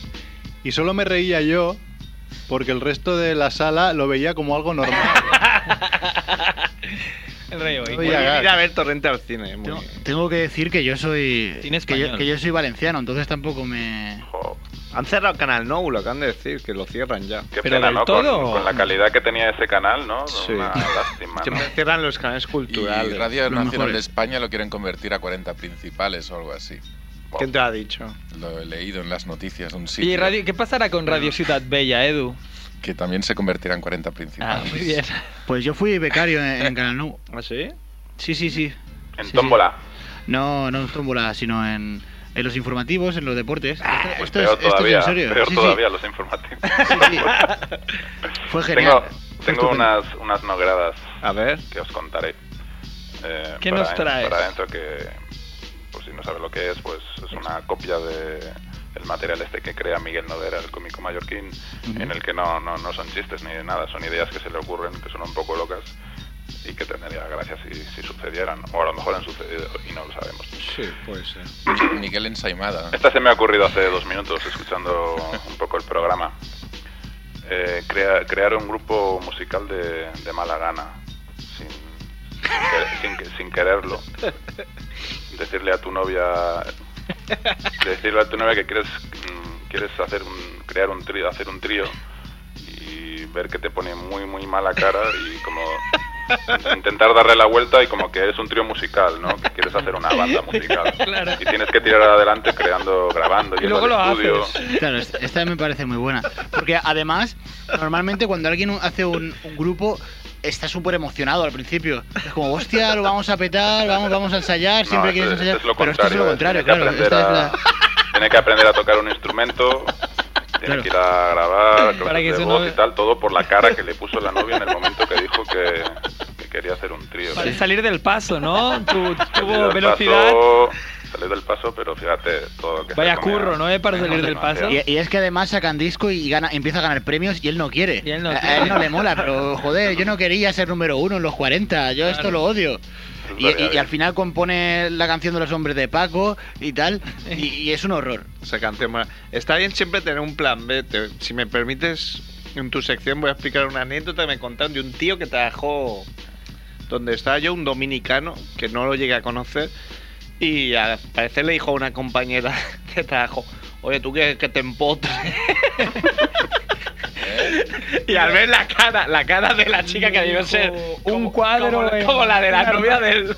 S2: Y solo me reía yo porque el resto de la sala lo veía como algo normal.
S3: El rey hoy.
S2: Oye,
S9: Oye,
S2: gag.
S9: ir a ver Torrente al cine. muy
S5: Tengo,
S9: bien.
S5: tengo que decir que yo soy
S3: Cine
S5: que
S3: español.
S5: yo, que yo soy valenciano, entonces tampoco me
S8: Jo,
S9: Han cerrado Canal Nou, lo acaban de decir, que lo cierran ya.
S8: qué
S3: Pero
S8: pena,
S3: del
S8: ¿no? Con-
S3: todo-
S8: Con, la calidad que tenía ese canal, ¿no?
S9: Sí.
S8: Una lástima, ¿no?
S9: Siempre cierran los canales
S4: Y
S9: culturales.
S4: Radio
S3: eh,
S5: Los
S4: Nacional de
S5: mejores.
S4: España lo quieren convertir a 40 principales o algo así.
S9: ¿Quién te lo ha dicho?
S4: Lo he leído en las noticias de un sitio.
S3: ¿Y radio, qué pasará con Radio Ciudad Bella, Edu?
S4: Que también se convertirá en 40
S3: Ah,
S4: principales.
S3: muy bien.
S5: Pues yo fui becario en, en Canal Nou.
S9: ¿Ah, sí?
S5: Sí, sí, sí.
S8: En
S5: Sí,
S8: Tómbola.
S5: sí. No, no en tómbola, sino en, en los informativos, en los deportes. Esto- esto,
S8: Ah, peor
S5: es, esto es
S8: todavía,
S5: en serio.
S8: peor
S5: Sí, sí.
S8: todavía los informativos.
S5: Sí, sí. Fue genial. Fue
S8: tengo tengo
S5: estupendo.
S8: unas, unas nogradas
S9: A ver.
S8: que os contaré. Eh,
S3: ¿Qué
S8: para
S3: nos
S8: en-
S3: traes?
S8: Para dentro que, por si no sabe lo que es, pues es una copia de el material este que crea Miguel Noguera, el cómico mallorquín, en el que no, no, no son chistes ni nada, son ideas que se le ocurren, que son un poco locas y que tendría gracia si, si sucedieran, o a lo mejor han sucedido y no lo sabemos.
S9: Sí, puede ser.
S4: Miguel Ensaimada.
S8: Esta se me ha ocurrido hace dos minutos escuchando un poco el programa. Eh, crea- crear un grupo musical de, de mala gana, sin, sin, quer- sin que- sin quererlo. Decirle a tu novia, decirle a tu novia que quieres mm, quieres hacer un, crear un trío, hacer un trío y ver que te pone muy muy mala cara y como intentar darle la vuelta y como que es un trío musical, ¿no? Que quieres hacer una banda musical. Y tienes que tirar adelante creando, grabando,
S3: Y
S8: yendo
S3: luego lo
S8: al estudio.
S3: haces.
S5: Claro, es- esta me parece muy buena. Porque además, normalmente cuando alguien hace un, un grupo, está súper emocionado al principio. Es como, hostia, lo vamos a petar, vamos, vamos a ensayar,
S8: No,
S5: siempre quieres
S8: esto-
S5: ensayar.
S8: esto es lo
S5: pero esto es lo contrario,
S8: contrario, es que
S5: claro.
S8: aprender
S5: Esta es
S8: a-
S5: la...
S8: Tienes que aprender a tocar un instrumento, tienes
S5: Claro.
S8: que ir a grabar,
S3: Para
S8: clases
S3: que
S8: de
S3: eso
S8: voz
S3: no-
S8: y tal, todo por la cara que le puso la novia en el momento que dijo que, que quería hacer un trío.
S3: Para salir del paso, ¿no? Tu,
S8: Salí
S3: tuvo
S8: del
S3: velocidad.
S8: paso- salí del paso, pero fíjate todo lo que se
S3: Vaya
S8: comía.
S3: curro, ¿no? Eh, para salir del
S8: Demasiado.
S3: paso.
S5: Y, y es que además sacan disco y gana, empieza a ganar premios y él no quiere.
S3: Y él no
S5: A-
S3: quiere.
S5: a él no le mola, pero joder, yo no quería ser número uno en los 40, yo esto lo odio. Y, y- y al final compone la canción de los hombres de Paco y tal, y, y es un horror.
S9: Esa canción mola. Está bien siempre tener un plan B. Te- si me permites, en tu sección voy a explicar una anécdota que me contaron de un tío que trabajó donde estaba yo, un dominicano, que no lo llegué a conocer. Y al parecer le dijo a una compañera de trabajo, oye, ¿tú quieres que te empotre? y al ver la cara, la cara de la chica que debió ser
S3: Un
S9: como-
S3: cuadro
S9: como,
S3: en-
S9: como la de
S3: un
S9: la novia
S3: armario.
S9: del,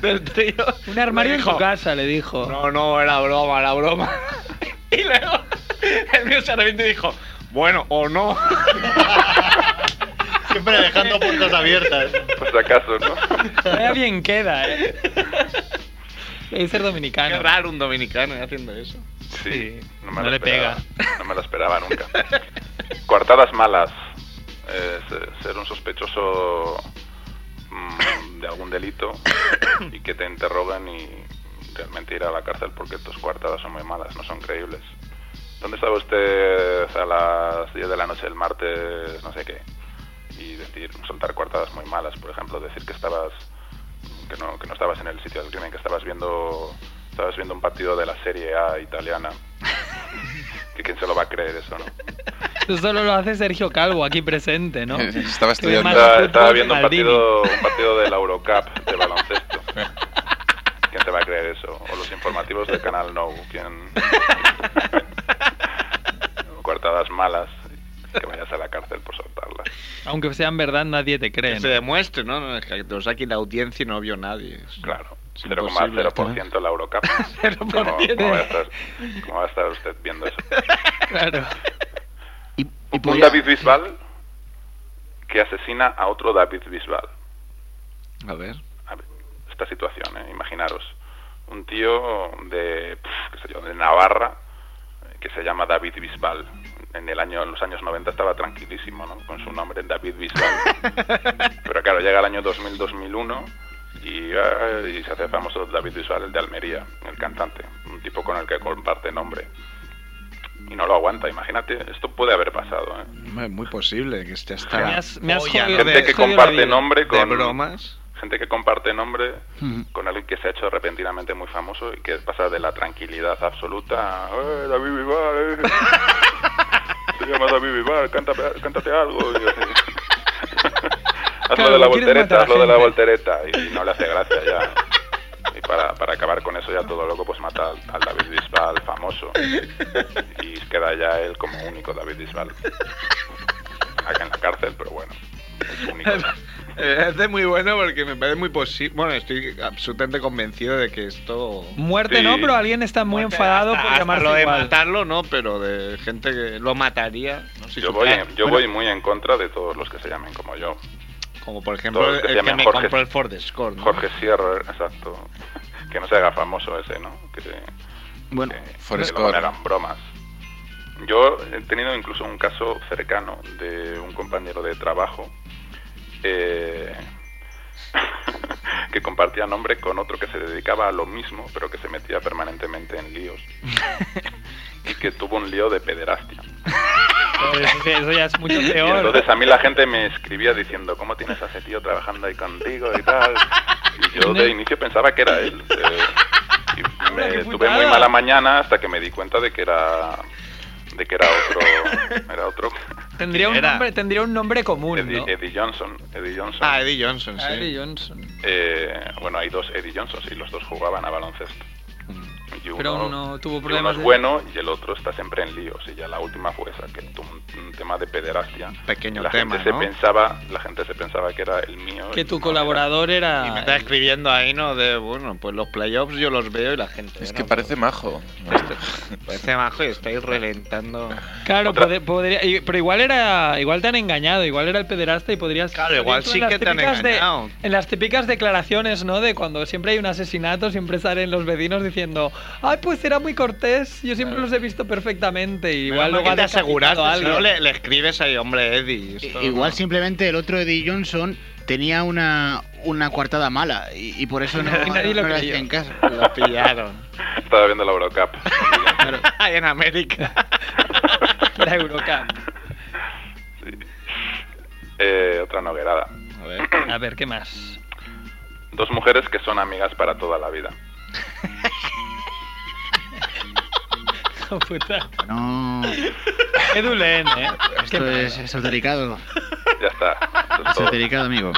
S9: del trío.
S3: Un armario
S9: le
S3: en su
S9: dijo,
S3: casa, le dijo.
S9: no, no, era broma, era broma. Y luego el mío se arrepintió y dijo, bueno, o no.
S5: Siempre dejando puertas abiertas.
S8: Por si acaso, ¿no?
S3: Vaya bien queda, ¿eh? Es ser dominicano.
S9: Qué raro un dominicano haciendo eso.
S8: Sí, me
S3: no
S8: lo
S3: le
S8: esperaba. No me lo esperaba nunca. Coartadas malas. Eh, se- ser un sospechoso mm, de algún delito y que te interrogan y realmente ir a la cárcel porque tus coartadas son muy malas, no son creíbles. ¿Dónde estaba usted a las 10 de la noche el martes, no sé qué? Y decir, soltar coartadas muy malas, por ejemplo, decir que estabas que no, que no estabas en el sitio del crimen, que estabas viendo estabas viendo un partido de la Serie A italiana. que quién se lo va a creer eso, ¿no?
S3: Eso solo lo hace Sergio Calvo aquí presente, ¿no?
S4: Estaba
S3: Qué bien
S4: estudiando.
S3: mal-
S8: Estaba,
S3: fútbol
S8: estaba
S3: de
S8: viendo un
S3: Maldini.
S8: partido, un partido de la Eurocup de baloncesto. ¿Quién se va a creer eso? O los informativos del canal No. ¿Quién? Cuartadas malas. Que vayas a la cárcel por soltarlas.
S3: Aunque sea en verdad, nadie te cree.
S9: Que
S3: ¿no?
S9: se demuestre, ¿no? No, es que o sea, aquí la audiencia y no vio nadie.
S8: Claro.
S9: Es imposible.
S8: 0,0% la Eurocup. ¿Cómo,
S9: 0%.
S8: cómo va a estar, ¿Cómo va a estar usted viendo eso?
S3: Claro.
S5: Y, y
S8: Un
S5: podía-
S8: David Bisbal que asesina a otro David Bisbal.
S9: A ver.
S8: a ver, esta situación, ¿eh? imaginaros. Un tío de, pf, qué sé yo, de Navarra, eh, que se llama David Bisbal. En el año, en los años 90 estaba tranquilísimo, ¿no? Con su nombre, David Bisbal. Pero claro, llega el año 2000-2001 y, eh, y se hace famoso David Bisbal, el de Almería, el cantante. Un tipo con el que comparte nombre. Y no lo aguanta, imagínate. Esto puede haber pasado, ¿eh?
S9: Es muy posible que esté hasta
S3: Ah, Me has- me has
S9: Oye,
S3: jodido-
S9: de-
S8: Gente que
S3: jodido la
S8: comparte
S3: vida.
S8: nombre
S9: de
S8: con...
S9: bromas.
S8: Gente que comparte nombre
S5: Mm.
S8: con alguien que se ha hecho repentinamente muy famoso y que pasa de la tranquilidad absoluta a "Eh, David Bisbal, eh". Se llama David Bisbal, cántate, cántate algo. y así. hazlo
S3: Claro,
S8: de la
S3: quieres matar
S8: voltereta,
S3: a
S8: hazlo de la
S3: gente.
S8: voltereta. Y no le hace gracia ya. Y para, para acabar con eso ya todo loco pues mata al, al David Bisbal famoso. Y queda ya él como único David Bisbal. Acá en la cárcel, pero bueno. Es único.
S9: Eh, Este es muy bueno porque me parece muy posible. Pues Bueno, estoy absolutamente convencido de que esto.
S3: Muerte
S8: Sí.
S3: no, pero alguien está muy
S9: Hasta-
S3: enfadado
S9: hasta-
S3: por
S9: hasta
S3: llamarlo
S9: lo de
S3: igual.
S9: matarlo, no, pero de gente que lo mataría. ¿no? Si
S8: Yo voy,
S9: supiera-
S8: yo voy muy en contra de todos los que se llamen como yo.
S9: Como por ejemplo
S8: Todos
S9: el
S8: los que se
S9: que
S8: llaman
S9: me
S8: Jorge.
S9: compró el Ford Escort. ¿no?
S8: Jorge Sierra, exacto. Que no se haga famoso ese, ¿no? Que,
S5: Bueno,
S8: que-
S4: Forrest
S8: que luego me
S4: Gump.
S8: hagan bromas. Yo he tenido incluso un caso cercano de un compañero de trabajo eh, que compartía nombre con otro que se dedicaba a lo mismo, pero que se metía permanentemente en líos. y que tuvo un lío de pederastia.
S3: Eso, eso ya es mucho
S8: Y
S3: peor.
S8: entonces a mí la gente me escribía diciendo, ¿cómo tienes a ese tío trabajando ahí contigo y tal? Y yo de inicio pensaba que era él. eh, y
S3: Ahora,
S8: me
S3: qué
S8: tuve muy
S3: putada.
S8: mala mañana hasta que me di cuenta de que era de que era otro era otro
S3: Tendría un,
S9: Era-
S3: nombre, tendría un nombre común,
S8: Eddie,
S3: ¿no?
S8: Eddie Johnson Eddie Johnson
S9: Ah, Eddie Johnson, sí.
S3: Harry Johnson.
S8: Eh, bueno hay dos Eddie Johnsons y los dos jugaban a baloncesto y uno,
S3: Mm. Pero uno tuvo
S8: y uno
S3: problemas
S8: es
S3: de-
S8: bueno y el otro está siempre en líos. Y ya la última fue esa, que tuvo un, un tema de pederastia.
S9: Pequeño
S8: la
S9: tema,
S8: gente
S9: ¿no?
S8: se pensaba, la gente se pensaba que era el mío. y
S3: Que tu
S8: no,
S3: colaborador
S8: eh,
S9: Y me
S3: era.
S9: está escribiendo ahí, ¿no? De, bueno, pues los playoffs yo los veo y la gente.
S4: Es
S9: ¿no?
S4: que parece majo.
S9: Parece majo y estáis relentando.
S3: Claro,
S8: Otra-
S3: pode- podría, y- pero igual era, igual te han engañado, igual era el pederasta y podrías.
S9: Claro, igual
S3: Tú en
S9: sí
S3: las
S9: que te han
S3: típicas de-
S9: engañado.
S3: en las típicas declaraciones, ¿no? De cuando siempre hay un asesinato, siempre salen los vecinos diciendo, ay, pues era muy cortés, yo siempre los he visto perfectamente. Y
S9: Menos
S3: igual luego
S9: mal
S3: ha
S9: que te
S3: decapitado
S9: aseguraste,
S3: a
S9: si
S3: alguien.
S9: no le, le escribes ahí, hombre, Eddie. esto
S5: Eh, Igual
S9: no.
S5: simplemente el otro Eddie Johnson tenía una, una coartada mala y, y por eso no,
S3: Y nadie lo
S5: no le
S3: creyó.
S5: hacían caso.
S9: Lo pillaron.
S8: Estaba viendo la Eurocup.
S5: Claro.
S9: Ahí en América.
S3: La Eurocup.
S8: Eh, otra noguerada.
S9: A ver.
S3: A ver, ¿qué más?
S8: Dos mujeres que son amigas para toda la vida.
S3: Hijo puta.
S5: No,
S3: Edu Len, ¿eh? Qué
S5: esto es esotericado.
S8: Ya está. Eso es todo.
S5: Esotericado, amigo.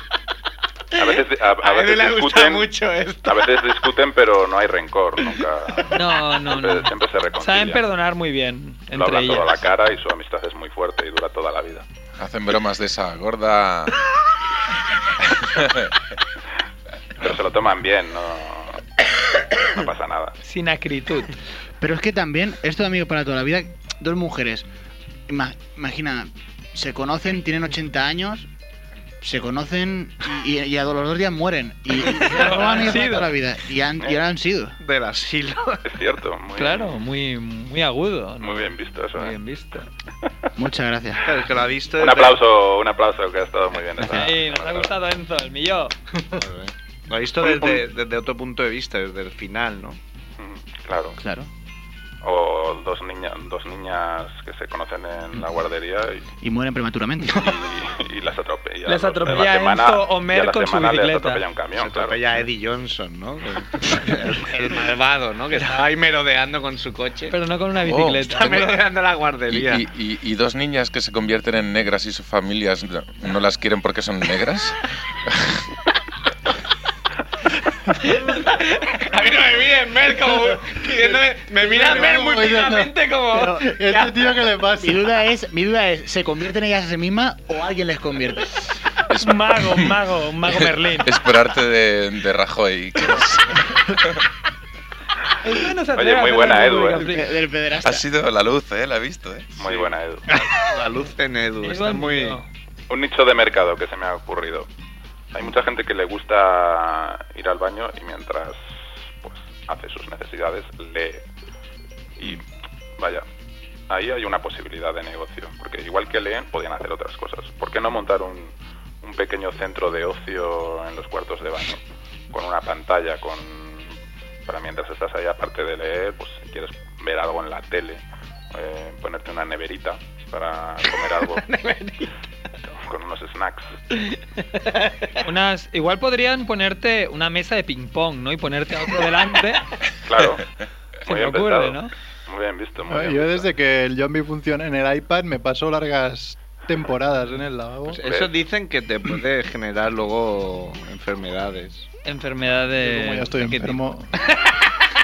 S8: A veces, a- a
S9: A
S8: veces
S9: Eddie le gusta
S8: discuten,
S9: mucho esto.
S8: a veces discuten, pero no hay rencor nunca.
S3: No, no,
S8: Siempre-
S3: no.
S8: siempre se reconcilia.
S3: Saben perdonar muy bien
S8: Lo
S3: entre
S8: hablan toda la
S3: ellas.
S8: cara y su amistad es muy fuerte y dura toda la vida.
S4: Hacen bromas de esa gorda.
S8: Pero se lo toman bien, no, no pasa nada.
S3: Sin acritud.
S5: Pero es que también, esto de amigo para toda la vida, dos mujeres, ima- imagina, se conocen, tienen 80 años, se conocen y, y a los dos días mueren. Y, y
S3: Han
S5: son amigos para
S3: sido.
S5: toda la vida. Y han, y ahora han sido.
S9: Del asilo.
S8: Es cierto, muy,
S3: Claro, muy, muy agudo. ¿no?
S8: muy bien visto eso.
S3: Muy
S8: ¿eh?
S3: bien visto.
S5: Muchas gracias.
S9: Claro, es que lo ha visto.
S8: Un
S9: desde-
S8: aplauso, un aplauso, que ha estado muy
S9: Ah,
S8: bien. esa-
S3: Sí, nos ha gustado Enzo, el millón.
S9: Lo ha visto desde, desde otro punto de vista, desde el final, ¿no?
S8: Mm, Claro.
S5: Claro.
S8: O dos, niña, dos niñas que se conocen en la guardería y,
S5: Y mueren prematuramente.
S8: y- y las atropella.
S3: Les
S8: a la
S3: atropella a
S8: semana-
S3: Enzo
S8: y a la
S3: Homer con su
S8: semana les
S3: bicicleta.
S8: atropella un
S9: Se
S8: camión, claro.
S9: atropella a Eddie Johnson, ¿no? El, el malvado, ¿no? Que está ahí merodeando con su coche.
S3: Pero no con una
S4: Oh,
S3: bicicleta.
S9: Está merodeando la
S4: Y,
S9: guardería.
S4: y- y- y dos niñas que se convierten en negras y sus familias no, no las quieren porque son negras.
S9: A mí no me miren, Mer, como pidiéndome. Me mira Mer muy fijamente, como.
S5: este tío que le pasa. Mi duda es, mi duda es, ¿se convierten ellas a sí mismas o alguien les convierte?
S3: Es un mago, un mago, un mago Merlín.
S4: Esperarte de, de Rajoy. que es-
S3: Enzo no se
S8: Oye,
S3: atreve a
S8: muy
S3: hacer
S8: buena,
S3: una
S8: Edu,
S3: República
S8: eh.
S3: Fría.
S5: Del pederasta.
S4: Ha sido la luz, ¿eh? La he visto, ¿eh?
S8: Muy buena, Edu.
S9: La luz en Edu.
S3: Edu
S9: Está
S3: al
S9: muy.
S3: millón.
S8: Un nicho de mercado que se me ha ocurrido. Hay mucha gente que le gusta ir al baño y mientras pues hace sus necesidades lee. Y vaya, ahí hay una posibilidad de negocio, porque igual que leen podían hacer otras cosas. ¿Por qué no montar un, un pequeño centro de ocio en los cuartos de baño? Con una pantalla, con para mientras estás ahí, aparte de leer, pues si quieres ver algo en la tele, eh, ponerte una neverita para comer algo con unos snacks.
S3: Unas, igual podrían ponerte una mesa de ping-pong, ¿no? Y ponerte a otro delante.
S8: Claro.
S3: Se
S8: Muy
S3: me
S8: bien
S3: ocurre,
S8: pensado.
S3: ¿no?
S8: Muy bien visto, muy
S2: Ay,
S8: bien
S2: Ah, Yo
S8: visto.
S2: desde que el zombie funciona en el iPad me paso largas temporadas en el lavabo.
S9: Pues eso dicen que te puede generar luego enfermedades.
S3: Enfermedades.
S9: eh,
S2: Como ya estoy
S3: ¿de qué
S2: enfermo.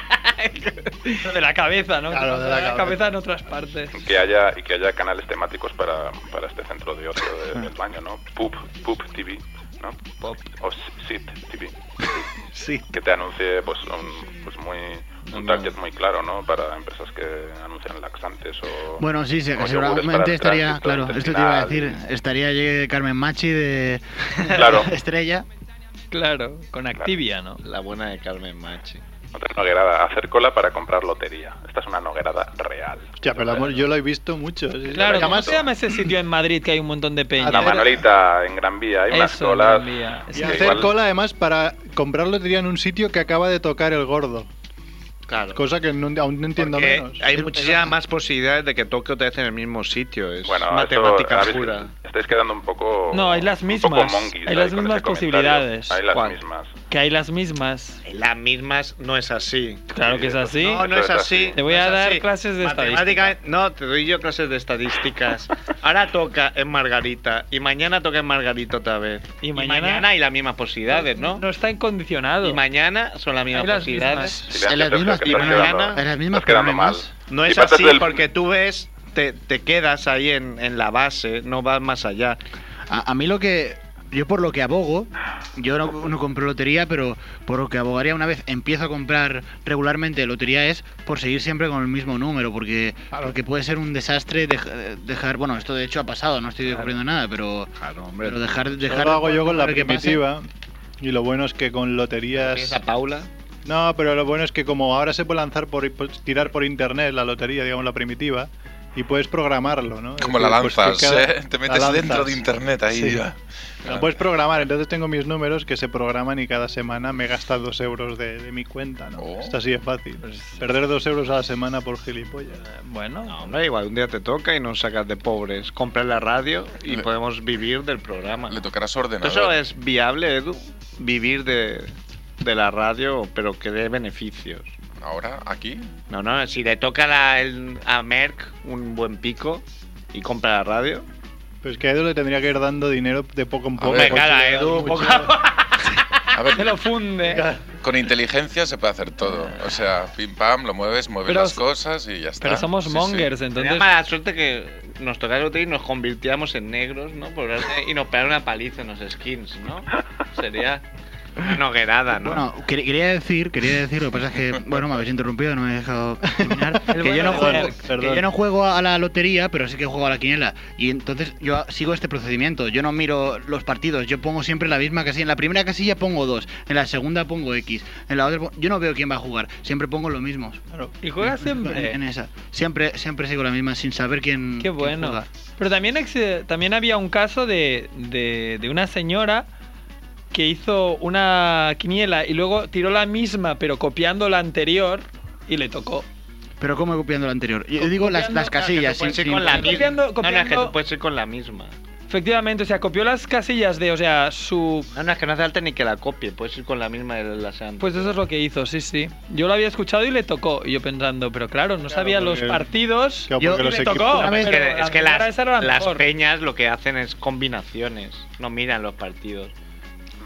S3: tipo? De la cabeza, ¿no?
S2: Claro, de la cabeza.
S3: en otras partes.
S8: Que haya, y que haya canales temáticos para, para este centro de ocio de- del baño, ¿no? Poop, Poop TV, ¿no?
S9: Pop.
S8: O S- Sit TV.
S5: Sí.
S8: Que te anuncie, pues, un, pues muy, un target muy claro, ¿no? Para empresas que anuncian laxantes o...
S5: Bueno, sí, sí,
S8: o yogures para
S5: seguramente
S8: el
S5: estaría,
S8: tránsito
S5: claro, esto te iba a decir,
S8: intestinal.
S5: estaría allí Carmen Machi de
S8: Claro.
S5: Estrella.
S3: Claro, con Activia, ¿no?
S9: La buena de Carmen Machi.
S8: Otra noguerada, hacer cola para comprar lotería. Esta es una noguerada real.
S2: Hostia, pero amor, yo lo he visto mucho. sí, sí.
S9: Pues
S3: Claro, ¿cómo
S2: Además,
S3: se llama ese sitio en Madrid que hay un montón de peña?
S8: La Manolita en Gran Vía, hay unas
S3: Eso,
S8: colas...
S3: Gran Vía.
S2: y
S3: Sí,
S2: hacer
S8: igual-
S2: cola además para comprarlo diría en un sitio que acaba de tocar el gordo.
S9: Claro.
S2: Cosa que no- aún no entiendo
S9: Porque
S2: menos.
S9: hay muchísimas más posibilidades de que toque otra vez en el mismo sitio. Es
S8: Bueno,
S9: matemática
S8: eso, habéis-
S9: pura.
S8: Estáis quedando un poco.
S3: No, hay las
S8: un poco
S3: mismas,
S8: monkeys
S3: hay las
S8: ahí
S3: mismas
S8: con ese comentario.
S3: posibilidades.
S8: Hay las
S9: ¿Cuál?
S8: mismas.
S3: que hay las mismas.
S9: Las mismas no es así.
S3: Claro que es así.
S9: No, no es así.
S3: Te voy
S9: no
S3: a
S9: es
S3: dar
S9: así.
S3: clases de
S9: Matemáticamente- No, te doy yo clases de estadísticas. Ahora toca en Margarita y mañana toca en Margarita otra vez.
S3: Y
S9: Y
S3: mañana-
S9: mañana, hay las mismas posibilidades, ¿no?
S3: No está incondicionado.
S9: Y mañana son las
S3: Hay
S9: mismas
S3: las
S9: posibilidades.
S8: Sí,
S5: En las
S8: estás-
S5: mismas
S8: estás
S5: y
S8: quedando-
S9: mañana-
S5: en las mismas
S8: estás quedando mal.
S5: problemas.
S9: No es
S8: Y partes
S9: así
S8: del-
S9: porque tú ves, te, te quedas ahí en, en la base, no vas más allá.
S5: A, a mí lo que. Yo por lo que abogo, yo no, no compro lotería, pero por lo que abogaría una vez empiezo a comprar regularmente lotería es por seguir siempre con el mismo número, porque, porque puede ser un desastre dej- dejar, bueno, esto de hecho ha pasado, no estoy descubriendo nada, pero,
S9: Claro, hombre.
S5: pero dejar,
S2: Eso
S5: dejar...
S2: lo hago yo con la
S5: para que pase.
S2: primitiva. Y lo bueno es que con loterías.
S9: Esa Paula.
S2: No, pero lo bueno es que como ahora se puede lanzar por, por- tirar por internet la lotería, digamos la primitiva, y puedes programarlo, ¿no?
S4: Como
S2: Es
S4: la
S2: decir, pues,
S4: lanzas,
S2: que cada-
S4: ¿eh? Te
S2: la
S4: metes
S2: lanzas.
S4: dentro de internet ahí.
S2: Sí.
S4: ya.
S2: La puedes programar, entonces tengo mis números que se programan y cada semana me gastas dos euros de, de mi cuenta, ¿no?
S4: Oh.
S2: Esto así es fácil.
S3: Pues-
S2: Perder dos euros a la semana por gilipollas.
S3: Bueno,
S9: No, hombre, igual un día te toca y nos sacas de pobres. Compras la radio y
S4: Le-
S9: podemos vivir del programa.
S4: Le tocarás
S9: ¿Tú ¿Eso
S4: ordenador.
S9: es viable, Edu? Vivir de, de la radio, pero que dé beneficios.
S4: Ahora, aquí.
S9: No, no, si le toca la- el- a Merck un buen pico y compra la radio.
S2: Pero es Pues que a Edu le tendría que ir dando dinero de poco en poco.
S9: Hombre,
S4: ver,
S2: porque
S9: claro,
S2: le
S9: a
S2: da
S9: Edu,
S2: mucho-
S9: poco a poco.
S4: A ver,
S3: se lo funde.
S4: con inteligencia se puede hacer todo. O sea, pim pam, lo mueves, mueves
S3: Pero-
S4: las cosas y ya está.
S3: Pero somos
S4: Sí, sí.
S3: mongers,
S9: Tenía
S3: entonces.
S9: mala suerte que nos tocara el otro día y nos convirtiéramos en negros, ¿no? Por arte, y nos pegaron una paliza en los skins, ¿no? Sería una hoguerada, ¿no?
S5: Bueno, quer- quería decir, quería decir, lo que pasa es que, bueno, me habéis interrumpido, no me he dejado terminar, que, yo no
S2: Perdón,
S5: juego, que
S2: perdón.
S5: yo no juego a la lotería, pero sí que juego a la quiniela. Y entonces yo sigo este procedimiento, yo no miro los partidos, yo pongo siempre la misma casilla. En la primera casilla pongo dos, en la segunda pongo X, en la otra pon- yo no veo quién va a jugar, siempre pongo los mismos.
S2: Claro.
S3: Y juegas siempre.
S5: En, en esa. Siempre, siempre sigo la misma sin saber quién.
S3: Qué
S5: quién
S3: bueno.
S5: juega.
S3: Pero también, ex- eh, también había un caso de, de, de una señora que hizo una quiniela y luego tiró la misma, pero copiando la anterior y le tocó.
S5: Pero como copiando la anterior. Yo
S3: Co-
S5: digo las,
S3: copiando-
S5: las
S3: claro,
S5: casillas.
S9: Puede
S5: sin-
S9: ser
S5: sin-
S9: con la misma.
S3: copiando-
S9: No, no, es que
S3: copiando-
S9: puede ser con la misma.
S3: Efectivamente, o sea, copió las casillas de, o sea, su...
S9: No, no, es que no hace falta ni que la copie, puedes ir con la misma de la antes.
S3: Pues eso es lo que hizo, sí, sí. Yo lo había escuchado y le tocó. Y yo pensando, pero claro, no sabía los
S2: porque-
S3: partidos.
S2: Claro,
S3: y
S2: porque
S3: le
S2: los
S3: tocó.
S2: equipos-
S5: Una vez
S9: Es
S3: pero
S9: que,
S3: la
S9: es que
S3: primera
S9: las,
S3: esa era la
S9: las
S3: mejor.
S9: peñas lo que hacen es combinaciones, no miran los partidos.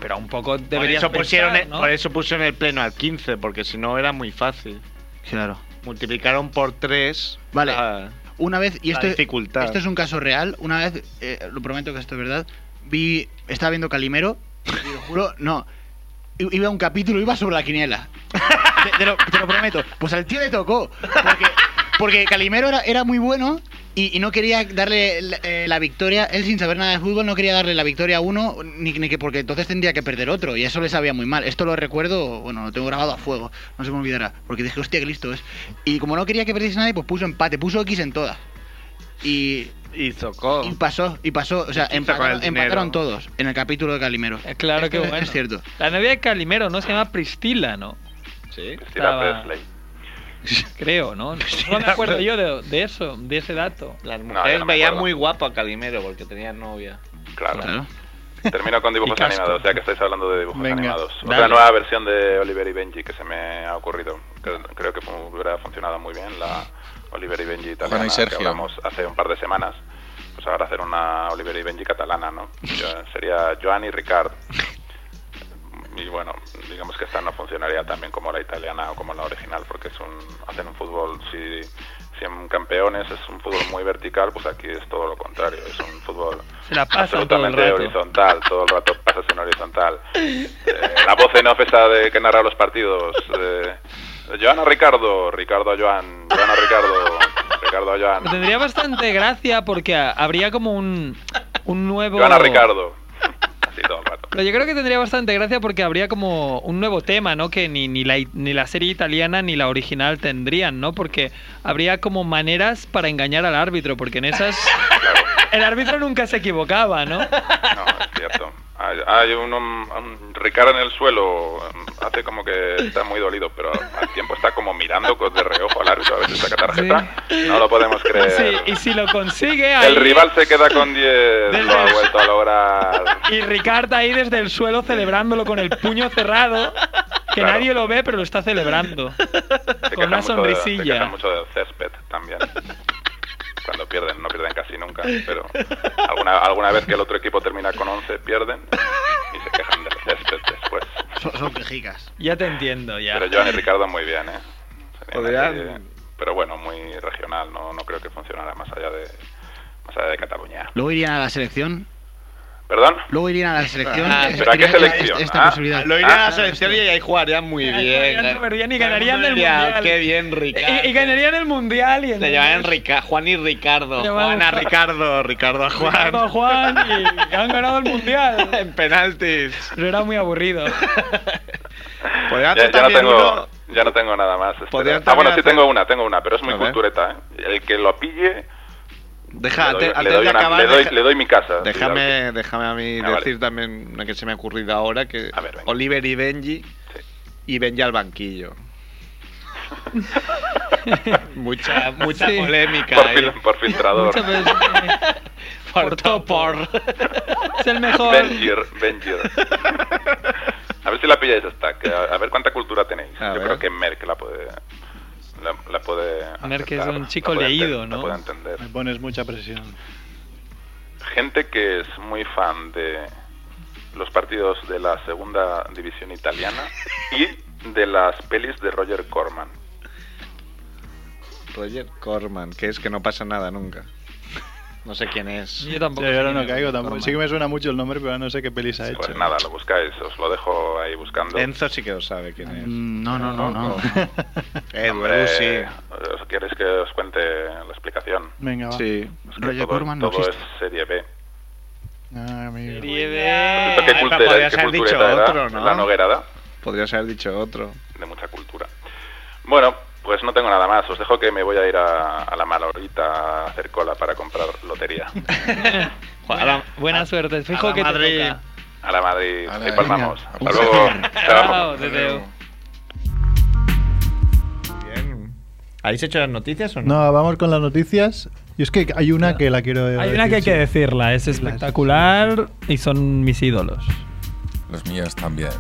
S3: Pero un poco deberías
S9: por, eso pusieron
S3: pensar,
S9: el,
S3: ¿no?
S9: por eso pusieron el pleno al 15, porque si no era muy fácil.
S5: Claro.
S9: Multiplicaron por 3
S5: Vale.
S9: la,
S5: Una vez, y
S9: la
S5: esto,
S9: dificultad.
S5: esto es un caso real, una vez, eh, lo prometo que esto es verdad, vi, estaba viendo Calimero, y lo juro, no, i- iba a un capítulo, iba sobre la quiniela. Te, te lo, te lo prometo. Pues al tío le tocó. Porque, porque Calimero era, era muy bueno y, y no quería darle la, eh, la victoria, él sin saber nada de fútbol, no quería darle la victoria a uno, ni, ni que porque entonces tendría que perder otro, y eso le sabía muy mal. Esto lo recuerdo, bueno, lo tengo grabado a fuego, no se me olvidará, porque dije, hostia, qué listo es. Y como no quería que perdiese nadie, pues puso empate, puso X en todas. Y,
S9: Y
S8: Oh.
S9: tocó.
S5: y pasó, y pasó, o sea,
S9: Y quita con
S5: empataron,
S9: el dinero.
S5: empataron todos en el capítulo de Calimero.
S3: Eh, Claro
S5: Esto
S3: que
S5: es-
S3: bueno.
S5: Es cierto.
S3: La novia de Calimero, ¿no? Se llama Pristila, ¿no?
S9: Sí.
S8: Cristina
S3: Estaba-
S8: Presley.
S3: Creo, ¿no? No me acuerdo yo de, de eso, de ese dato.
S9: Las
S8: me
S9: mujeres veían
S8: acuerdo.
S9: muy guapo a Calimero porque tenía novia.
S8: Claro.
S5: Claro.
S8: Termino con dibujos
S3: Y casco.
S8: animados, ya que estáis hablando de dibujos
S2: Venga,
S8: animados.
S9: dale.
S8: Otra nueva versión de Oliver y Benji que se me ha ocurrido. que creo que hubiera funcionado muy bien la Oliver y Benji italiana
S4: Juana y Sergio.
S8: que hablamos hace un par de semanas. Pues ahora hacer una Oliver y Benji catalana, ¿no? Yo- sería Joan y Ricard. Y bueno, digamos que esta no funcionaría tan bien como la italiana o como la original, porque es un, hacen un fútbol, si, si en campeones es un fútbol muy vertical, pues aquí es todo lo contrario, es un fútbol
S3: Se la pasan todo el
S8: absolutamente
S3: rato.
S8: horizontal, todo el rato pasas en horizontal. Eh, la voz en off esa de que narra los partidos. Eh, Joana Ricardo, Ricardo a Joan, Joana Ricardo, Ricardo a
S3: Pero
S8: Joan,
S3: tendría bastante gracia porque a- habría como un, un nuevo...
S8: Joana Ricardo. Así todo el rato.
S3: Pero yo creo que tendría bastante gracia porque habría como un nuevo tema, ¿no? Que ni, ni, la, ni la serie italiana ni la original tendrían, ¿no? Porque habría como maneras para engañar al árbitro, porque en esas el árbitro nunca se equivocaba, ¿no?
S8: No, es cierto. Hay, hay un, hom- un Ricardo en el suelo, mm, hace como que está muy dolido, pero al tiempo está como mirando con- de reojo al árbitro a ver si saca tarjeta. No lo podemos creer.
S3: Sí, y si lo consigue ahí,
S8: El rival se queda con 10, lo ha vuelto a lograr.
S3: y Ricard ahí desde el suelo celebrándolo con el puño cerrado, que
S8: Claro.
S3: nadie lo ve, pero lo está celebrando.
S8: Se
S3: Con una
S8: quejan mucho de- se
S3: sonrisilla.
S8: quejan mucho del césped también. Cuando pierden, no pierden casi nunca, pero alguna, alguna vez que el otro equipo termina con 11 pierden y se quejan del césped después.
S5: Son, son quejicas.
S3: Ya te entiendo, ya.
S8: Pero Joan y Ricardo muy bien, ¿eh? Serían
S9: Podrían-
S8: así, Pero bueno, muy regional, no, no creo que funcionara más allá de más allá de Cataluña.
S5: Luego irían a la selección.
S8: ¿Perdón?
S5: Luego irían a la selección.
S9: Ah,
S5: Es-
S8: ¿pero a qué
S5: iría-
S8: selección?
S5: Esta
S8: Ah,
S5: posibilidad.
S9: Lo irían a
S8: Ah.
S9: la selección y ahí jugarían muy bien.
S3: jugarían
S9: ¿eh?
S3: súper bien y
S9: Todo el
S3: ganarían
S9: mundo
S3: el
S9: diría,
S3: mundial.
S9: Qué bien, Ricardo.
S3: Y, y ganarían el mundial y el.
S9: Le llamaban Rica- Juan y Ricardo.
S3: Le llamaban
S9: Juan a
S3: Juan.
S9: Ricardo, Ricardo a Juan.
S3: Ricardo a Juan y han ganado el mundial.
S9: en penaltis.
S3: Pero era muy aburrido.
S9: Podría
S8: Ya,
S9: hacer
S8: ya no
S9: también
S8: tengo,
S9: uno-
S8: ya no tengo nada más. espera.
S9: Podrían
S8: Ah, bueno,
S9: también
S8: sí
S9: hacer-
S8: tengo una, tengo una, pero es muy
S9: A ver.
S8: cultureta. ¿eh? El que lo pille,
S9: Deja,
S8: le
S9: ante-
S8: doy, le
S9: antes
S8: doy
S9: de
S8: una-
S9: acabar,
S8: le doy-
S9: deja-
S8: le doy mi casa. sí, al
S9: déjame, déjame a mí
S8: Ah,
S9: decir también una que se me ha ocurrido ahora, que
S8: A ver, venga.
S9: Oliver y Benji, y Benji al banquillo. mucha mucha
S3: Sí.
S8: que-
S9: polémica.
S8: Por,
S9: ahí.
S8: fil- por filtrador.
S3: Muchas veces, eh,
S9: Por topor.
S3: es el mejor.
S8: Benjir, Benjir. A ver si la pilláis esta, que a, a ver cuánta cultura tenéis.
S9: A
S8: Yo
S9: ver.
S8: creo que Merck la puede... La, la puede
S3: Merck es
S8: aceptar,
S3: un chico
S8: la puede enten-
S3: leído,
S8: la
S3: ¿no?
S8: puede entender.
S2: Me pones mucha presión.
S8: Gente que es muy fan de los partidos de la segunda división italiana y de las pelis de Roger Corman.
S9: Roger Corman, que es que no pasa nada nunca. No sé quién es.
S3: Yo tampoco.
S2: Yo ahora
S3: sé
S2: no
S3: quién es
S2: caigo tampoco.
S3: Superman.
S2: Sí que me suena mucho el nombre, pero ahora no sé qué pelis ha hecho.
S8: Pues nada, lo buscáis, os lo dejo ahí buscando. Eh,
S9: Enzo sí que lo sabe quién es. Oh.
S5: Mm, No, no, no, no.
S9: Edu,
S8: Hombre,
S9: sí.
S8: ¿os ¿Queréis que os cuente la explicación?
S5: Ah.
S2: Venga, va.
S9: Sí.
S8: Es que
S5: Roger
S8: todo-
S5: Corman no
S8: todo
S5: existe.
S8: es serie B.
S2: Ah, amigo.
S3: Serie de-
S8: Esto, ¿Qué
S9: Ay,
S8: cultura,
S9: podrías
S8: qué
S9: haber
S8: cultura
S9: dicho
S8: era?
S9: otro, ¿no?
S8: La noguerada,
S9: Podrías haber dicho otro.
S8: de mucha cultura. Bueno, pues no tengo nada más. Os dejo que me voy a ir a, a la mala horita a hacer cola para comprar lotería.
S3: Buena, buena suerte. Fijo
S9: la
S3: que
S9: Madrid.
S3: te toca.
S8: A la Madrid.
S4: A la-
S8: Ahí palmamos.
S4: venga,
S8: Hasta
S4: un
S8: luego.
S4: saludo.
S8: Chao.
S3: Chao, Teteu.
S9: Bien. ¿Habéis hecho las noticias o
S2: No, vamos con las noticias. Y es que hay una que la quiero
S3: Hay una que hay que decirla, es espectacular y son mis ídolos.
S4: Los míos también.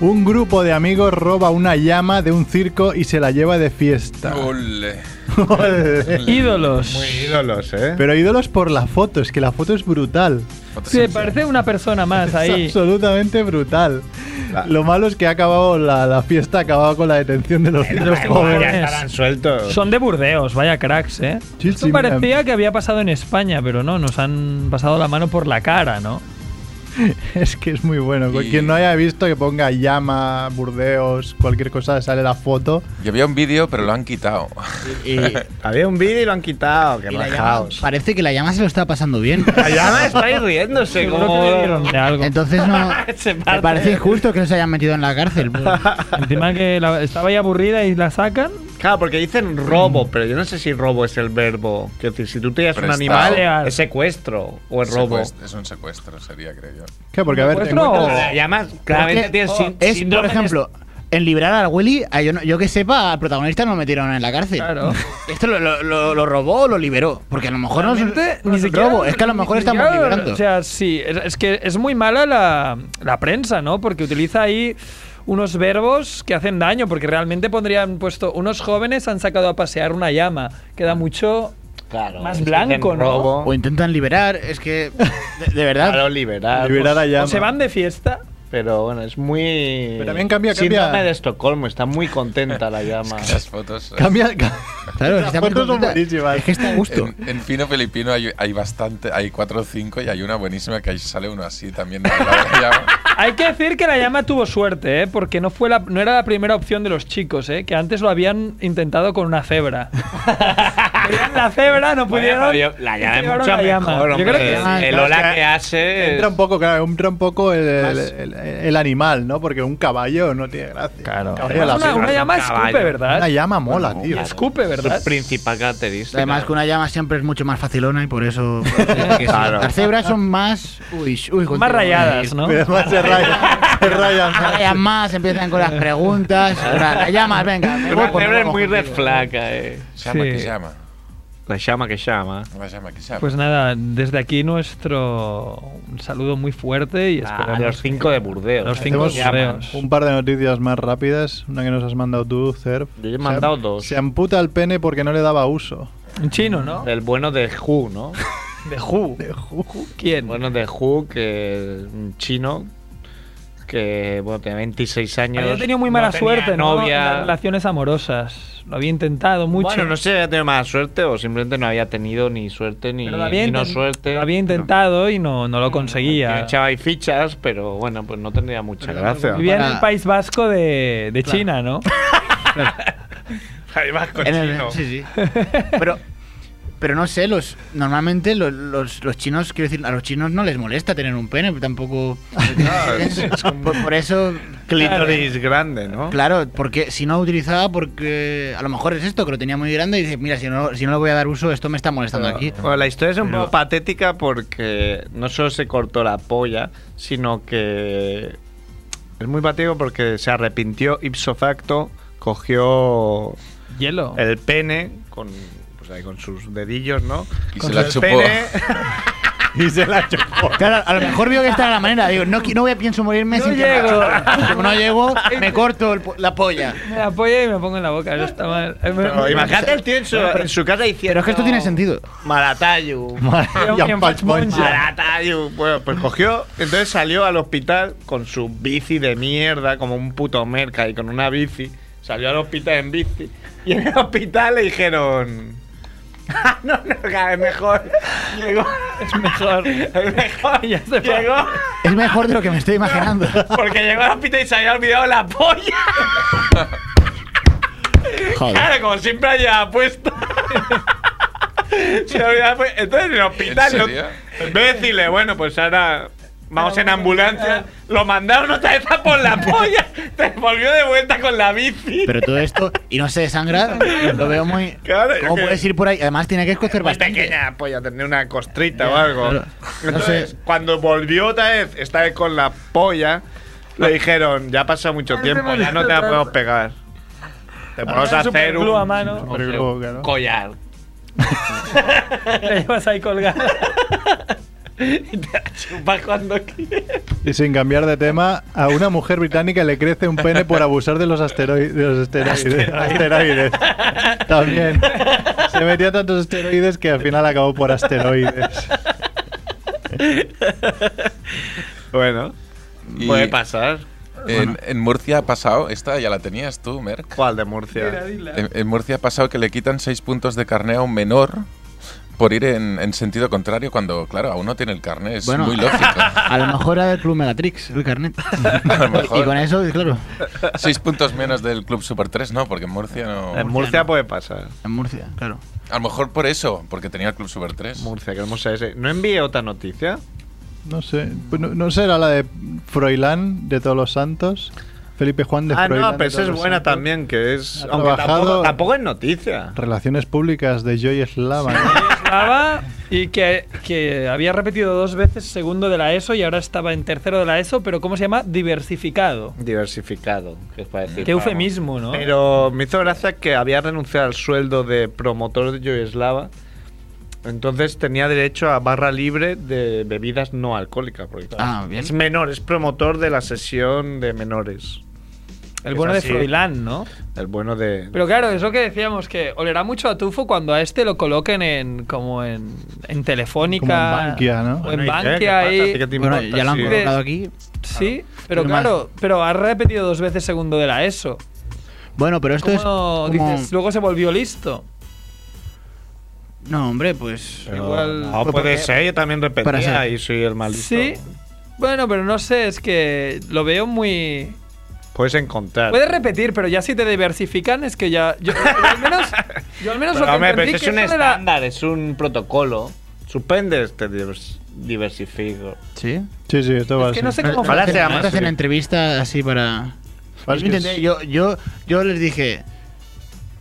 S2: Un grupo de amigos roba una llama de un circo y se la lleva de fiesta.
S4: Ole.
S2: Joder.
S9: Muy
S3: Ídolos.
S9: ídolos, ¿eh?
S2: Pero ídolos por la foto, es que la foto es brutal.
S4: Foto
S3: Sí,
S4: sin-
S3: parece una persona más ahí.
S2: Es absolutamente brutal.
S8: Ah.
S9: La-
S2: Lo malo es que ha acabado la, la fiesta, ha acabado con la detención de los, de los
S3: da igual,
S2: jóvenes.
S3: ya.
S9: Estarán sueltos.
S3: Son de Burdeos, vaya cracks, ¿eh?
S2: Sí,
S3: Esto
S2: sí,
S3: parecía que había pasado en España, pero no, nos han pasado la mano por la cara, ¿no?
S2: Es que es muy bueno.
S4: Y-
S2: Quien no haya visto que ponga llama, burdeos, cualquier cosa, sale la foto.
S4: Y había un vídeo, pero lo han quitado.
S5: Y,
S9: Había un vídeo y lo han quitado. Que
S5: y la llama, parece que la llama se lo está pasando bien.
S9: estáis riéndose.
S3: Seguro que le dieron de algo.
S5: Entonces no.
S3: Se
S5: Me parece injusto que nos hayan metido en la cárcel. pues.
S3: Encima que la- estaba ahí aburrida y la sacan.
S9: Claro, porque dicen robo, pero yo no sé si robo es el verbo. Quiero decir, si tú te llevas un
S4: Prestado.
S9: animal, es secuestro o es robo.
S4: Secuest- es un secuestro, sería, creo yo.
S2: ¿Qué? Porque a ver, te
S3: ¿Secuestro o-
S2: encuentras-
S9: La llamas, claramente
S5: Porque
S9: tienes sin-
S5: Oh. es, por
S9: síndrome de-
S5: ejemplo, en librar al Willy, a yo, no- yo que sepa, al protagonista no lo metieron en la cárcel.
S3: Claro.
S5: Esto lo, lo- lo- lo robó o lo liberó. Porque a lo mejor no es,
S3: Realmente,
S5: no es un robo, es que a lo
S3: ni
S5: mejor
S3: siquiera-
S5: estamos liberando.
S3: O sea, sí, es, es que es muy mala la, la prensa, ¿no? Porque utiliza ahí unos verbos que hacen daño, porque realmente pondrían puesto, unos jóvenes han sacado a pasear una llama. Queda mucho
S9: Claro,
S3: más
S9: es que
S3: blanco,
S9: dicen
S3: ¿no?
S9: robo.
S5: o intentan liberar, es que. De, de verdad.
S9: Claro, liberar.
S2: liberar a
S9: pues,
S2: llama.
S3: ¿O se van de fiesta?
S9: Pero bueno, es muy.
S2: Pero también cambia- cambia-
S9: Síndrome de Estocolmo, está muy contenta la llama.
S4: Las fotos. eh,
S2: Cambia,
S5: Claro,
S2: Las
S5: está muy
S2: fotos son
S5: contenta.
S2: buenísimas.
S5: Es que está a gusto.
S4: En, en fino filipino hay, hay bastante, hay cuatro o cinco y hay una buenísima que ahí sale uno así también. de la llama.
S3: Hay que decir que la llama tuvo suerte, ¿eh? Porque no, fue la, no era la primera opción de los chicos, ¿eh? Que antes lo habían intentado con una cebra. veían la cebra, no
S10: Bueno,
S3: pudieron.
S10: pero yo- la llama es
S3: llevaron
S10: mucho
S3: la llama.
S10: mejor,
S3: Yo
S10: hombre.
S3: creo que
S2: sí.
S10: El
S2: Ah,
S10: hola
S2: claro,
S10: que hace.
S2: Entra un poco, claro, entra un poco el, el-
S9: Más.
S2: el- el animal, ¿no? Porque un caballo no tiene gracia.
S9: Claro.
S2: Caballo de
S3: Una,
S2: la
S3: una
S2: sierra.
S3: llama escupe,
S10: Caballo.
S3: ¿verdad?
S2: Una llama mola, tío.
S3: Escupe, ¿verdad?
S10: Su principal característica.
S5: Además, que una llama siempre es mucho más facilona y por eso. que sí. Las cebras son más. Uy, sh- uy,
S3: Más
S5: continúa.
S3: rayadas, ¿no?
S2: Pero además se rayan. se rayan.
S5: Las rayan más, empiezan con las preguntas. Ahora, Las llamas, venga. me voy
S10: Una
S5: con-
S10: cebra es muy
S5: contigo.
S10: red flaca, eh. Ah,
S4: Llama que
S3: Sí.
S4: llama.
S9: La llama que llama.
S4: La llama que llama.
S3: Pues nada, desde aquí nuestro un saludo muy fuerte y
S10: A
S3: esperamos
S10: los Ah, cinco de Burdeos.
S3: los cinco
S2: Hacemos
S3: llamas.
S2: Un par de noticias más rápidas. Una que nos has mandado tú, Cerf.
S9: Yo he
S2: Se
S9: mandado
S2: am-
S9: dos.
S2: Se amputa el pene porque no le daba uso.
S3: Un chino, ¿no?
S9: El bueno de Who, ¿no?
S3: De Who.
S9: El
S3: ¿Quién?
S9: bueno de Who, que es un chino, que bueno, tenía 26 años.
S3: había tenido muy mala
S10: no tenía
S3: suerte, ¿no?
S10: novia.
S3: En las relaciones amorosas. Lo había intentado mucho.
S9: Bueno, no sé si había tenido mala suerte o simplemente no había tenido ni suerte ni,
S3: Pero lo había,
S9: ni no
S3: inten-
S9: suerte.
S3: lo había intentado y no, no lo
S9: Porque
S3: conseguía.
S9: Echaba ahí fichas, pero bueno, pues no tendría mucha gracia.
S3: Vivía en
S5: Para-
S3: el País Vasco de, de China, ¿no?
S10: Además, con
S5: En el-
S10: chino.
S5: sí, sí. Pero, pero no sé, los normalmente los, los, los chinos, quiero decir, a los chinos no les molesta tener un pene, tampoco. por, por eso.
S9: Clítoris grande, ¿no?
S5: Claro, porque si no utilizaba, porque a lo mejor es esto, que lo tenía muy grande y dice, mira, si no, si no le voy a dar uso, esto me está molestando aquí.
S9: Bueno, la historia es un
S5: Pero-
S9: poco patética porque no solo se cortó la polla, sino que es muy patético porque se arrepintió ipso facto, cogió
S3: Hielo.
S9: el pene con, pues ahí con sus dedillos, ¿no?
S4: Y
S9: Con
S4: se la
S9: su
S4: chupó.
S9: pene.
S2: Y se la chupó.
S5: Claro, a lo mejor vio que esta era la manera. Digo, no, qui- no voy a pienso morirme
S3: No
S5: sin que-
S3: llego.
S5: Como no llego, me corto el po- la polla.
S3: Me apoya y me pongo en la boca. Eso está mal.
S9: Pero imagínate el tío en su, en su casa diciendo...
S5: Pero es que esto tiene sentido.
S9: Maratayu.
S2: Y a Punch Punch.
S9: Maratayu. Bueno, pues cogió, entonces salió al hospital con su bici de mierda, como un puto merca y con una bici. Salió al hospital en bici. Y en el hospital le dijeron... "Ah, no, no, claro, es mejor. Llegó.
S3: Es mejor.
S9: Es mejor.
S3: Ya se fue.
S9: Llegó.
S5: Es mejor de lo que me estoy imaginando.
S9: Porque llegó al hospital y se había olvidado la polla. Claro, como siempre ha llevado puesto. Se había puesto. Entonces en el hospital,
S4: ¿En
S9: no-
S4: serio?
S9: en vez de decirle, bueno, pues ahora vamos en ambulancia, lo mandaron otra vez a por la polla. Te volvió de vuelta con la bici.
S5: Pero todo esto, y no se desangra, lo veo muy.
S9: Claro, yo
S5: ¿Cómo
S9: que-
S5: puedes ir por ahí? Además, tiene que escocer
S9: Muy
S5: bastante.
S9: pequeña polla, tenía una costrita o algo.
S5: claro. No
S9: Entonces,
S5: sé.
S9: cuando volvió otra vez, esta vez con la polla, le dijeron, ya ha pasado mucho tiempo, ya no te la podemos pegar. Te podemos
S3: Ahora es
S9: hacer
S3: superglue
S9: un...
S3: a mano.
S2: Pero luego, claro.
S10: Collar.
S3: La llevas ahí colgada.
S10: Y te la chupas cuando quieres.
S2: Y sin cambiar de tema, a una mujer británica le crece un pene por abusar de los, asteroi- de los esteroides. asteroides. También. Se metía tantos esteroides que al final acabó por asteroides.
S9: Bueno,
S4: Y
S9: puede pasar.
S4: En, en Murcia ha pasado, esta ya la tenías tú, Merck.
S9: ¿Cuál de Murcia?
S4: En, en Murcia ha pasado que le quitan seis puntos de carné a un menor por ir en, en sentido contrario cuando, claro, aún no tiene el carné. Es
S5: Bueno.
S4: muy lógico.
S5: A lo mejor era del Club Megatrix, el carnet.
S4: A lo mejor.
S5: Y con eso, claro,
S4: Seis puntos menos del Club Super 3, no, porque en Murcia no.
S9: En Murcia puede pasar.
S5: en Murcia, claro.
S4: A lo mejor por eso, porque tenía el Club Super 3.
S9: Murcia, que vamos a ese. ¿No envié otra noticia?
S2: No sé. Pues no, no será la de Froilán de Todos los Santos. Felipe Juan de
S9: Ah,
S2: Froilán.
S9: no,
S2: de
S9: pero esa
S2: Todos
S9: es
S2: los
S9: buena
S2: Santos.
S9: también, que es...
S2: Ha
S9: Aunque tampoco,
S2: trabajado-
S9: tampoco es noticia.
S2: Relaciones públicas de Joy Slava. ¿no?
S3: Estaba y que, que había repetido dos veces segundo de la ESO y ahora estaba en tercero de la ESO, pero ¿cómo se llama? Diversificado.
S9: Diversificado, que es para decir.
S3: Qué
S9: vamos.
S3: eufemismo, ¿no?
S9: Pero me hizo gracia que había renunciado al sueldo de promotor de Yugoslava. Entonces tenía derecho a barra libre de bebidas no alcohólicas. Porque claro,
S5: Ah, bien.
S9: es menor, es promotor de la sesión de menores.
S3: El
S9: Es
S3: bueno de
S9: así,
S3: Froilán, ¿no?
S9: El bueno de.
S3: Pero claro, es lo que decíamos, que olerá mucho a tufo cuando a este lo coloquen en como en, en Telefónica.
S2: Como en Bankia, ¿no?
S3: O
S9: Bueno,
S3: en
S9: ¿y qué? ¿Qué
S3: Bankia
S9: pasa?
S3: ahí.
S9: ¿A ti qué te
S5: Bueno,
S9: importa?
S5: ya lo han
S9: Sí.
S3: Sí.
S5: colocado aquí.
S3: Sí, pero
S5: Pero más.
S3: claro, pero ha repetido dos veces segundo de la ESO.
S5: Bueno, pero esto
S3: ¿Cómo
S5: es.
S3: no
S5: como-
S3: dices? Luego se volvió listo.
S5: No, hombre, pues.
S9: Pero
S3: Igual-
S9: no, puede ser, yo también
S5: Para
S9: repetía
S5: ser.
S9: y soy el maldito.
S3: Sí. Bueno, pero no sé, es que lo veo muy.
S9: puedes encontrar.
S3: Puedes repetir, pero ya si te diversifican es que ya. Yo, yo al menos, yo al menos
S9: Pero,
S3: lo que
S9: hombre, pero
S3: entendí
S9: eso
S3: que
S9: es un
S3: eso era-
S9: estándar, es un protocolo. Suspendes, te divers- diversifico.
S5: ¿Sí?
S2: Sí, sí, esto va
S3: Es que no
S2: así.
S3: sé cómo
S5: Ojalá
S9: funciona
S5: sea más.
S9: eso.
S5: hacen entrevistas así para.
S2: Vale,
S5: Yo, intenté-
S2: que es-
S5: Pues eh, yo, yo, yo les dije,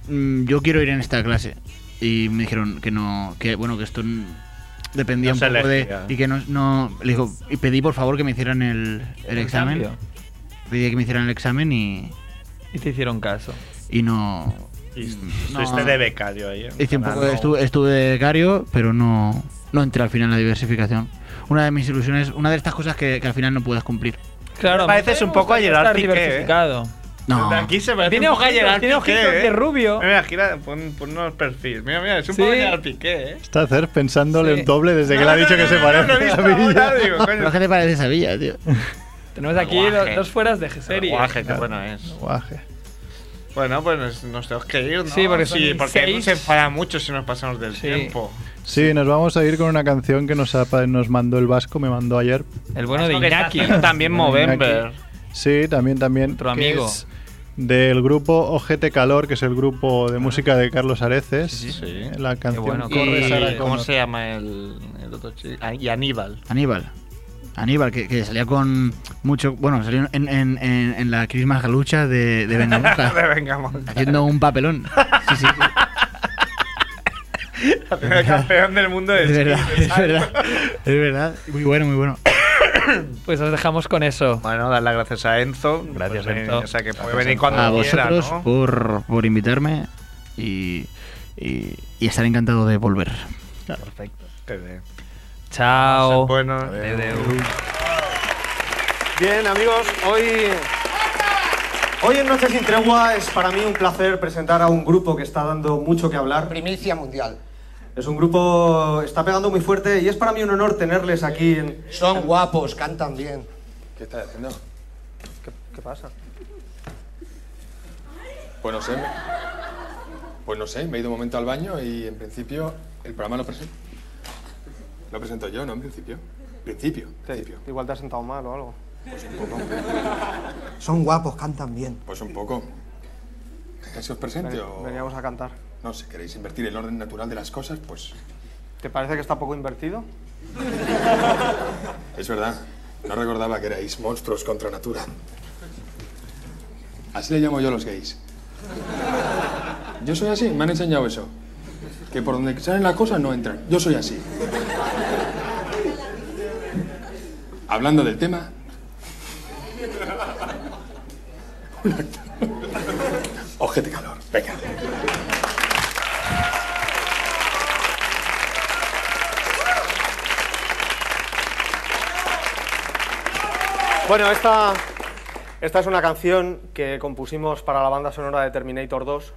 S5: "Mm, yo quiero ir en esta clase. Y me dijeron que no, que bueno, que esto n- dependía
S9: No
S5: un
S9: se
S5: poco
S9: elegía.
S5: de. Y que no. no le digo, y pedí por favor que me hicieran el, el examen.
S3: Cambio.
S5: Pedí que me hicieran el examen y,
S3: Y te hicieron caso.
S5: y no.
S9: Y
S5: No.
S9: Estuviste de becario ahí. ¿eh?
S5: Hice un poco,
S9: Ah, no.
S5: estuve, estuve de becario, pero no, no entré al final en la diversificación. Una de mis ilusiones, una de estas cosas que, que al final no puedes cumplir.
S3: Claro,
S9: Pareces
S3: me
S9: un poco a
S3: gusta
S9: Gerard
S3: estar
S9: Piqué, ¿eh?
S3: diversificado.
S5: No.
S9: De aquí se parece
S3: Tiene
S9: un poco a
S3: ojitos,
S9: Gerard
S3: tiene
S9: Piqué,
S3: ojitos
S9: ¿eh?
S3: de rubio.
S9: Mira, gira, pon, pon unos perfiles. Mira, mira, es un
S3: Sí.
S9: poco Gerard Piqué, ¿eh?
S2: Está Cer pensándole
S3: Sí.
S2: el doble desde que
S9: No,
S2: le ha
S9: no,
S2: dicho
S9: no,
S2: que
S9: no,
S2: se
S9: no,
S2: parece
S9: no, lo he
S2: a
S9: visto
S2: Villa.
S9: ahora, digo, coño.
S5: Pero ¿qué te parece esa villa, tío?
S3: Tenemos aquí
S9: Guaje.
S3: do- dos fueras de serie.
S9: Guaje, qué bueno es.
S2: Guaje.
S9: Bueno, pues nos, nos tenemos que ir, ¿no?
S3: Sí, porque son
S9: sí, porque
S3: seis.
S9: se enfada mucho si nos pasamos del
S3: Sí.
S9: tiempo.
S2: Sí, nos vamos a ir con una canción que nos, ha- nos mandó el Vasco, me mandó ayer.
S3: El bueno de
S9: Porque está
S3: Iñaki.
S9: haciendo También Movember.
S2: Sí, también, también.
S3: Otro
S2: que
S3: amigo.
S2: es del grupo Ojete Calor, que es el grupo de música de Carlos Areces.
S9: Ah. sí.
S2: La canción
S3: bueno,
S2: Corre
S3: y-
S2: Sara
S9: ¿Cómo
S2: Connor.
S9: se llama el, el otro chico? Ah, y Aníbal.
S5: Aníbal. Aníbal, que, que salía con mucho. Bueno, salió en, en, en, en la Crisma Galucha de, de Bengaluza,
S9: Venga, monta.
S5: haciendo un papelón. Sí, sí.
S9: El campeón del mundo de
S5: Es
S9: esquí,
S5: verdad, es
S9: ¿sabes?
S5: verdad. Es verdad. Muy bueno, muy bueno.
S3: Pues os dejamos con eso.
S9: Bueno, dar las gracias a Enzo.
S3: Gracias,
S9: Pues, eh,
S3: Enzo.
S9: O sea, que puede
S3: Gracias,
S9: venir
S3: Enzo.
S9: cuando
S5: A
S9: quiera,
S5: vosotros pues.
S9: ¿no?
S5: por, por invitarme y, y, y estar encantado de volver.
S9: Perfecto. Qué bien.
S3: Chao.
S9: Bueno,
S6: Bien, amigos, hoy. Hoy en Noches sin Tregua es para mí un placer presentar a un grupo que está dando mucho que hablar.
S11: Primicia mundial.
S6: Es un grupo. está pegando muy fuerte y es para mí un honor tenerles aquí en.
S11: Son guapos, cantan bien.
S12: ¿Qué estás haciendo?
S6: ¿Qué pasa?
S12: Pues no sé. me- Pues no sé, me he ido un momento al baño y en principio el programa lo presento. Lo presento yo, ¿no? En principio. Principio, principio.
S6: Igual te has sentado mal o algo.
S11: Son guapos, cantan bien.
S12: Pues un poco. ¿Se os presente o...?
S6: Veníamos a cantar.
S12: No, si queréis invertir el orden natural de las cosas, pues
S6: ¿Te parece que está poco invertido?
S12: es verdad. No recordaba que erais monstruos contra natura. Así le llamo yo a los gays. Yo soy así, me han enseñado eso. Que por donde salen las cosas no entran. Yo soy así. Hablando del tema... Ojete calor, venga.
S6: Bueno, esta, esta es una canción que compusimos para la banda sonora de Terminator 2.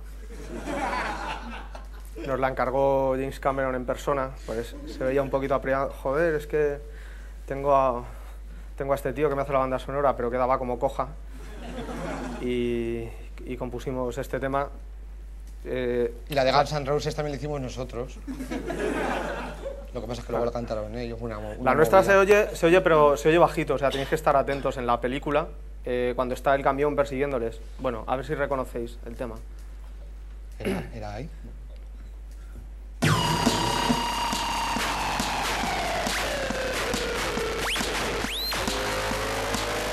S6: Nos la encargó James Cameron en persona, pues se veía un poquito apriado. Joder, es que tengo a, tengo a este tío que me hace la banda sonora, pero quedaba como coja. Y, y compusimos este tema. Eh,
S11: Y la de Guns N' Roses también la hicimos nosotros. Lo que pasa es que luego la cantaron ellos. Una, mo- una
S6: La nuestra
S11: movida.
S6: se oye, se oye, pero se oye bajito, o sea, tenéis que estar atentos en la película eh, cuando está el camión persiguiéndoles. Bueno, a ver si reconocéis el tema.
S11: Era, era ahí.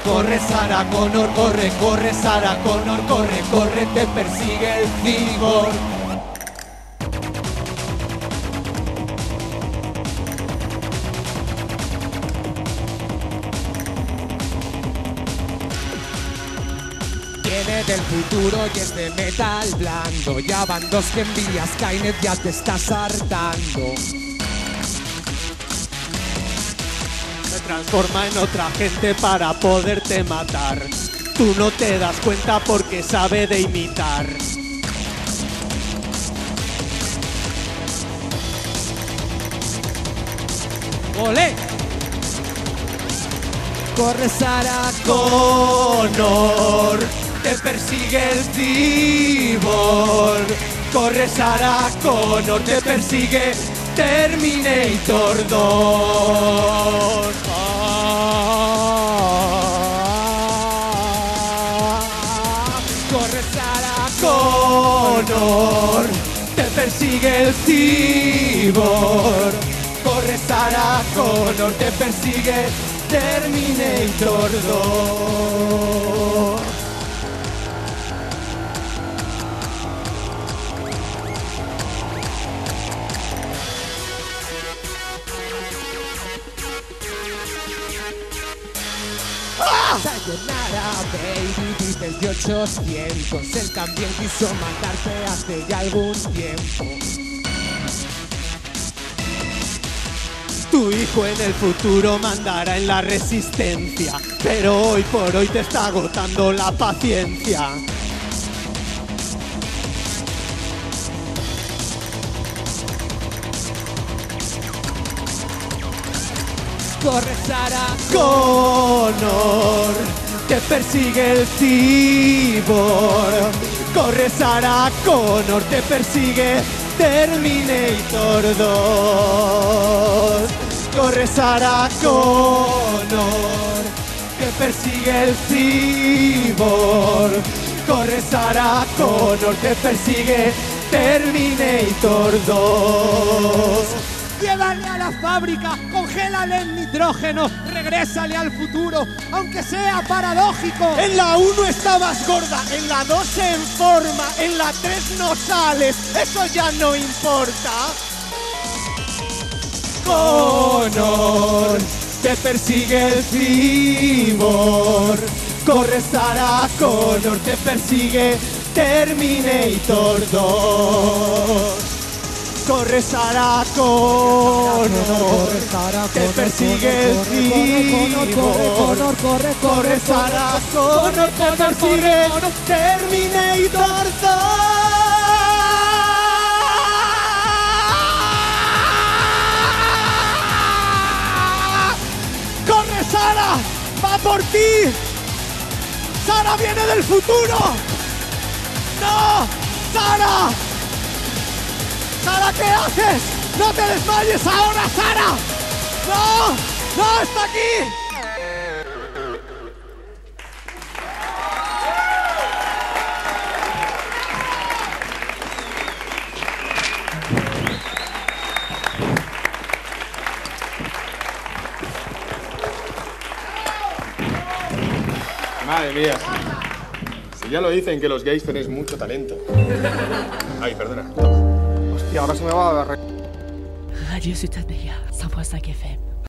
S8: Corre Sara Connor, corre, corre Sara Connor, corre, corre, te persigue el cibor. Viene del futuro y es de metal blando. Ya van dos que envías, Skynet ya te estás hartando. Se transforma en otra gente para poderte matar. Tú no te das cuenta porque sabe de imitar. ¡Ole! Corre Sara Connor, te persigue el cyborg. Corre Sara Connor, te persigue Terminator 2. Ah.
S3: Corre Sarah Connor, te persigue el cibor. Corre Sarah Connor, te persigue Terminator 2.
S8: Sayonara, baby, desde el de 800 Él también quiso matarte hace ya algún tiempo
S3: Tu hijo en el futuro mandará en la resistencia, pero hoy por hoy te está agotando la paciencia.
S8: Corre Sara
S3: Connor, te persigue el cibor. Corre Sarah Connor, te persigue Terminator 2. Corre Sarah Connor, que persigue el cibor. Corre Sarah Connor, te persigue Terminator 2.
S8: Llévale a la fábrica, congélale en nitrógeno, regrésale al futuro, aunque sea paradójico.
S3: En la 1 estabas gorda, en la 2 se forma, en la 3 no sales, eso ya no importa. Connor, te persigue el cibor, corre Sarah Connor, te persigue Terminator 2. Corre Sarah Connor, te persigue el cibor.
S8: corre,
S3: Corre Sarah Connor, te persigue Terminator 2.
S8: ¡Corre, Sara! ¡Va por ti! ¡Sara viene del futuro! ¡No! ¡Sara! ¡Sara, qué haces! ¡No te desmayes ahora, Sara! ¡No! ¡No, está aquí!
S13: Madre mía. Si ya lo dicen que los gays tenéis mucho talento. Ay, perdona.
S14: Hostia, ahora se me va a
S1: Radio Ciutat Bella, 100.5 FM.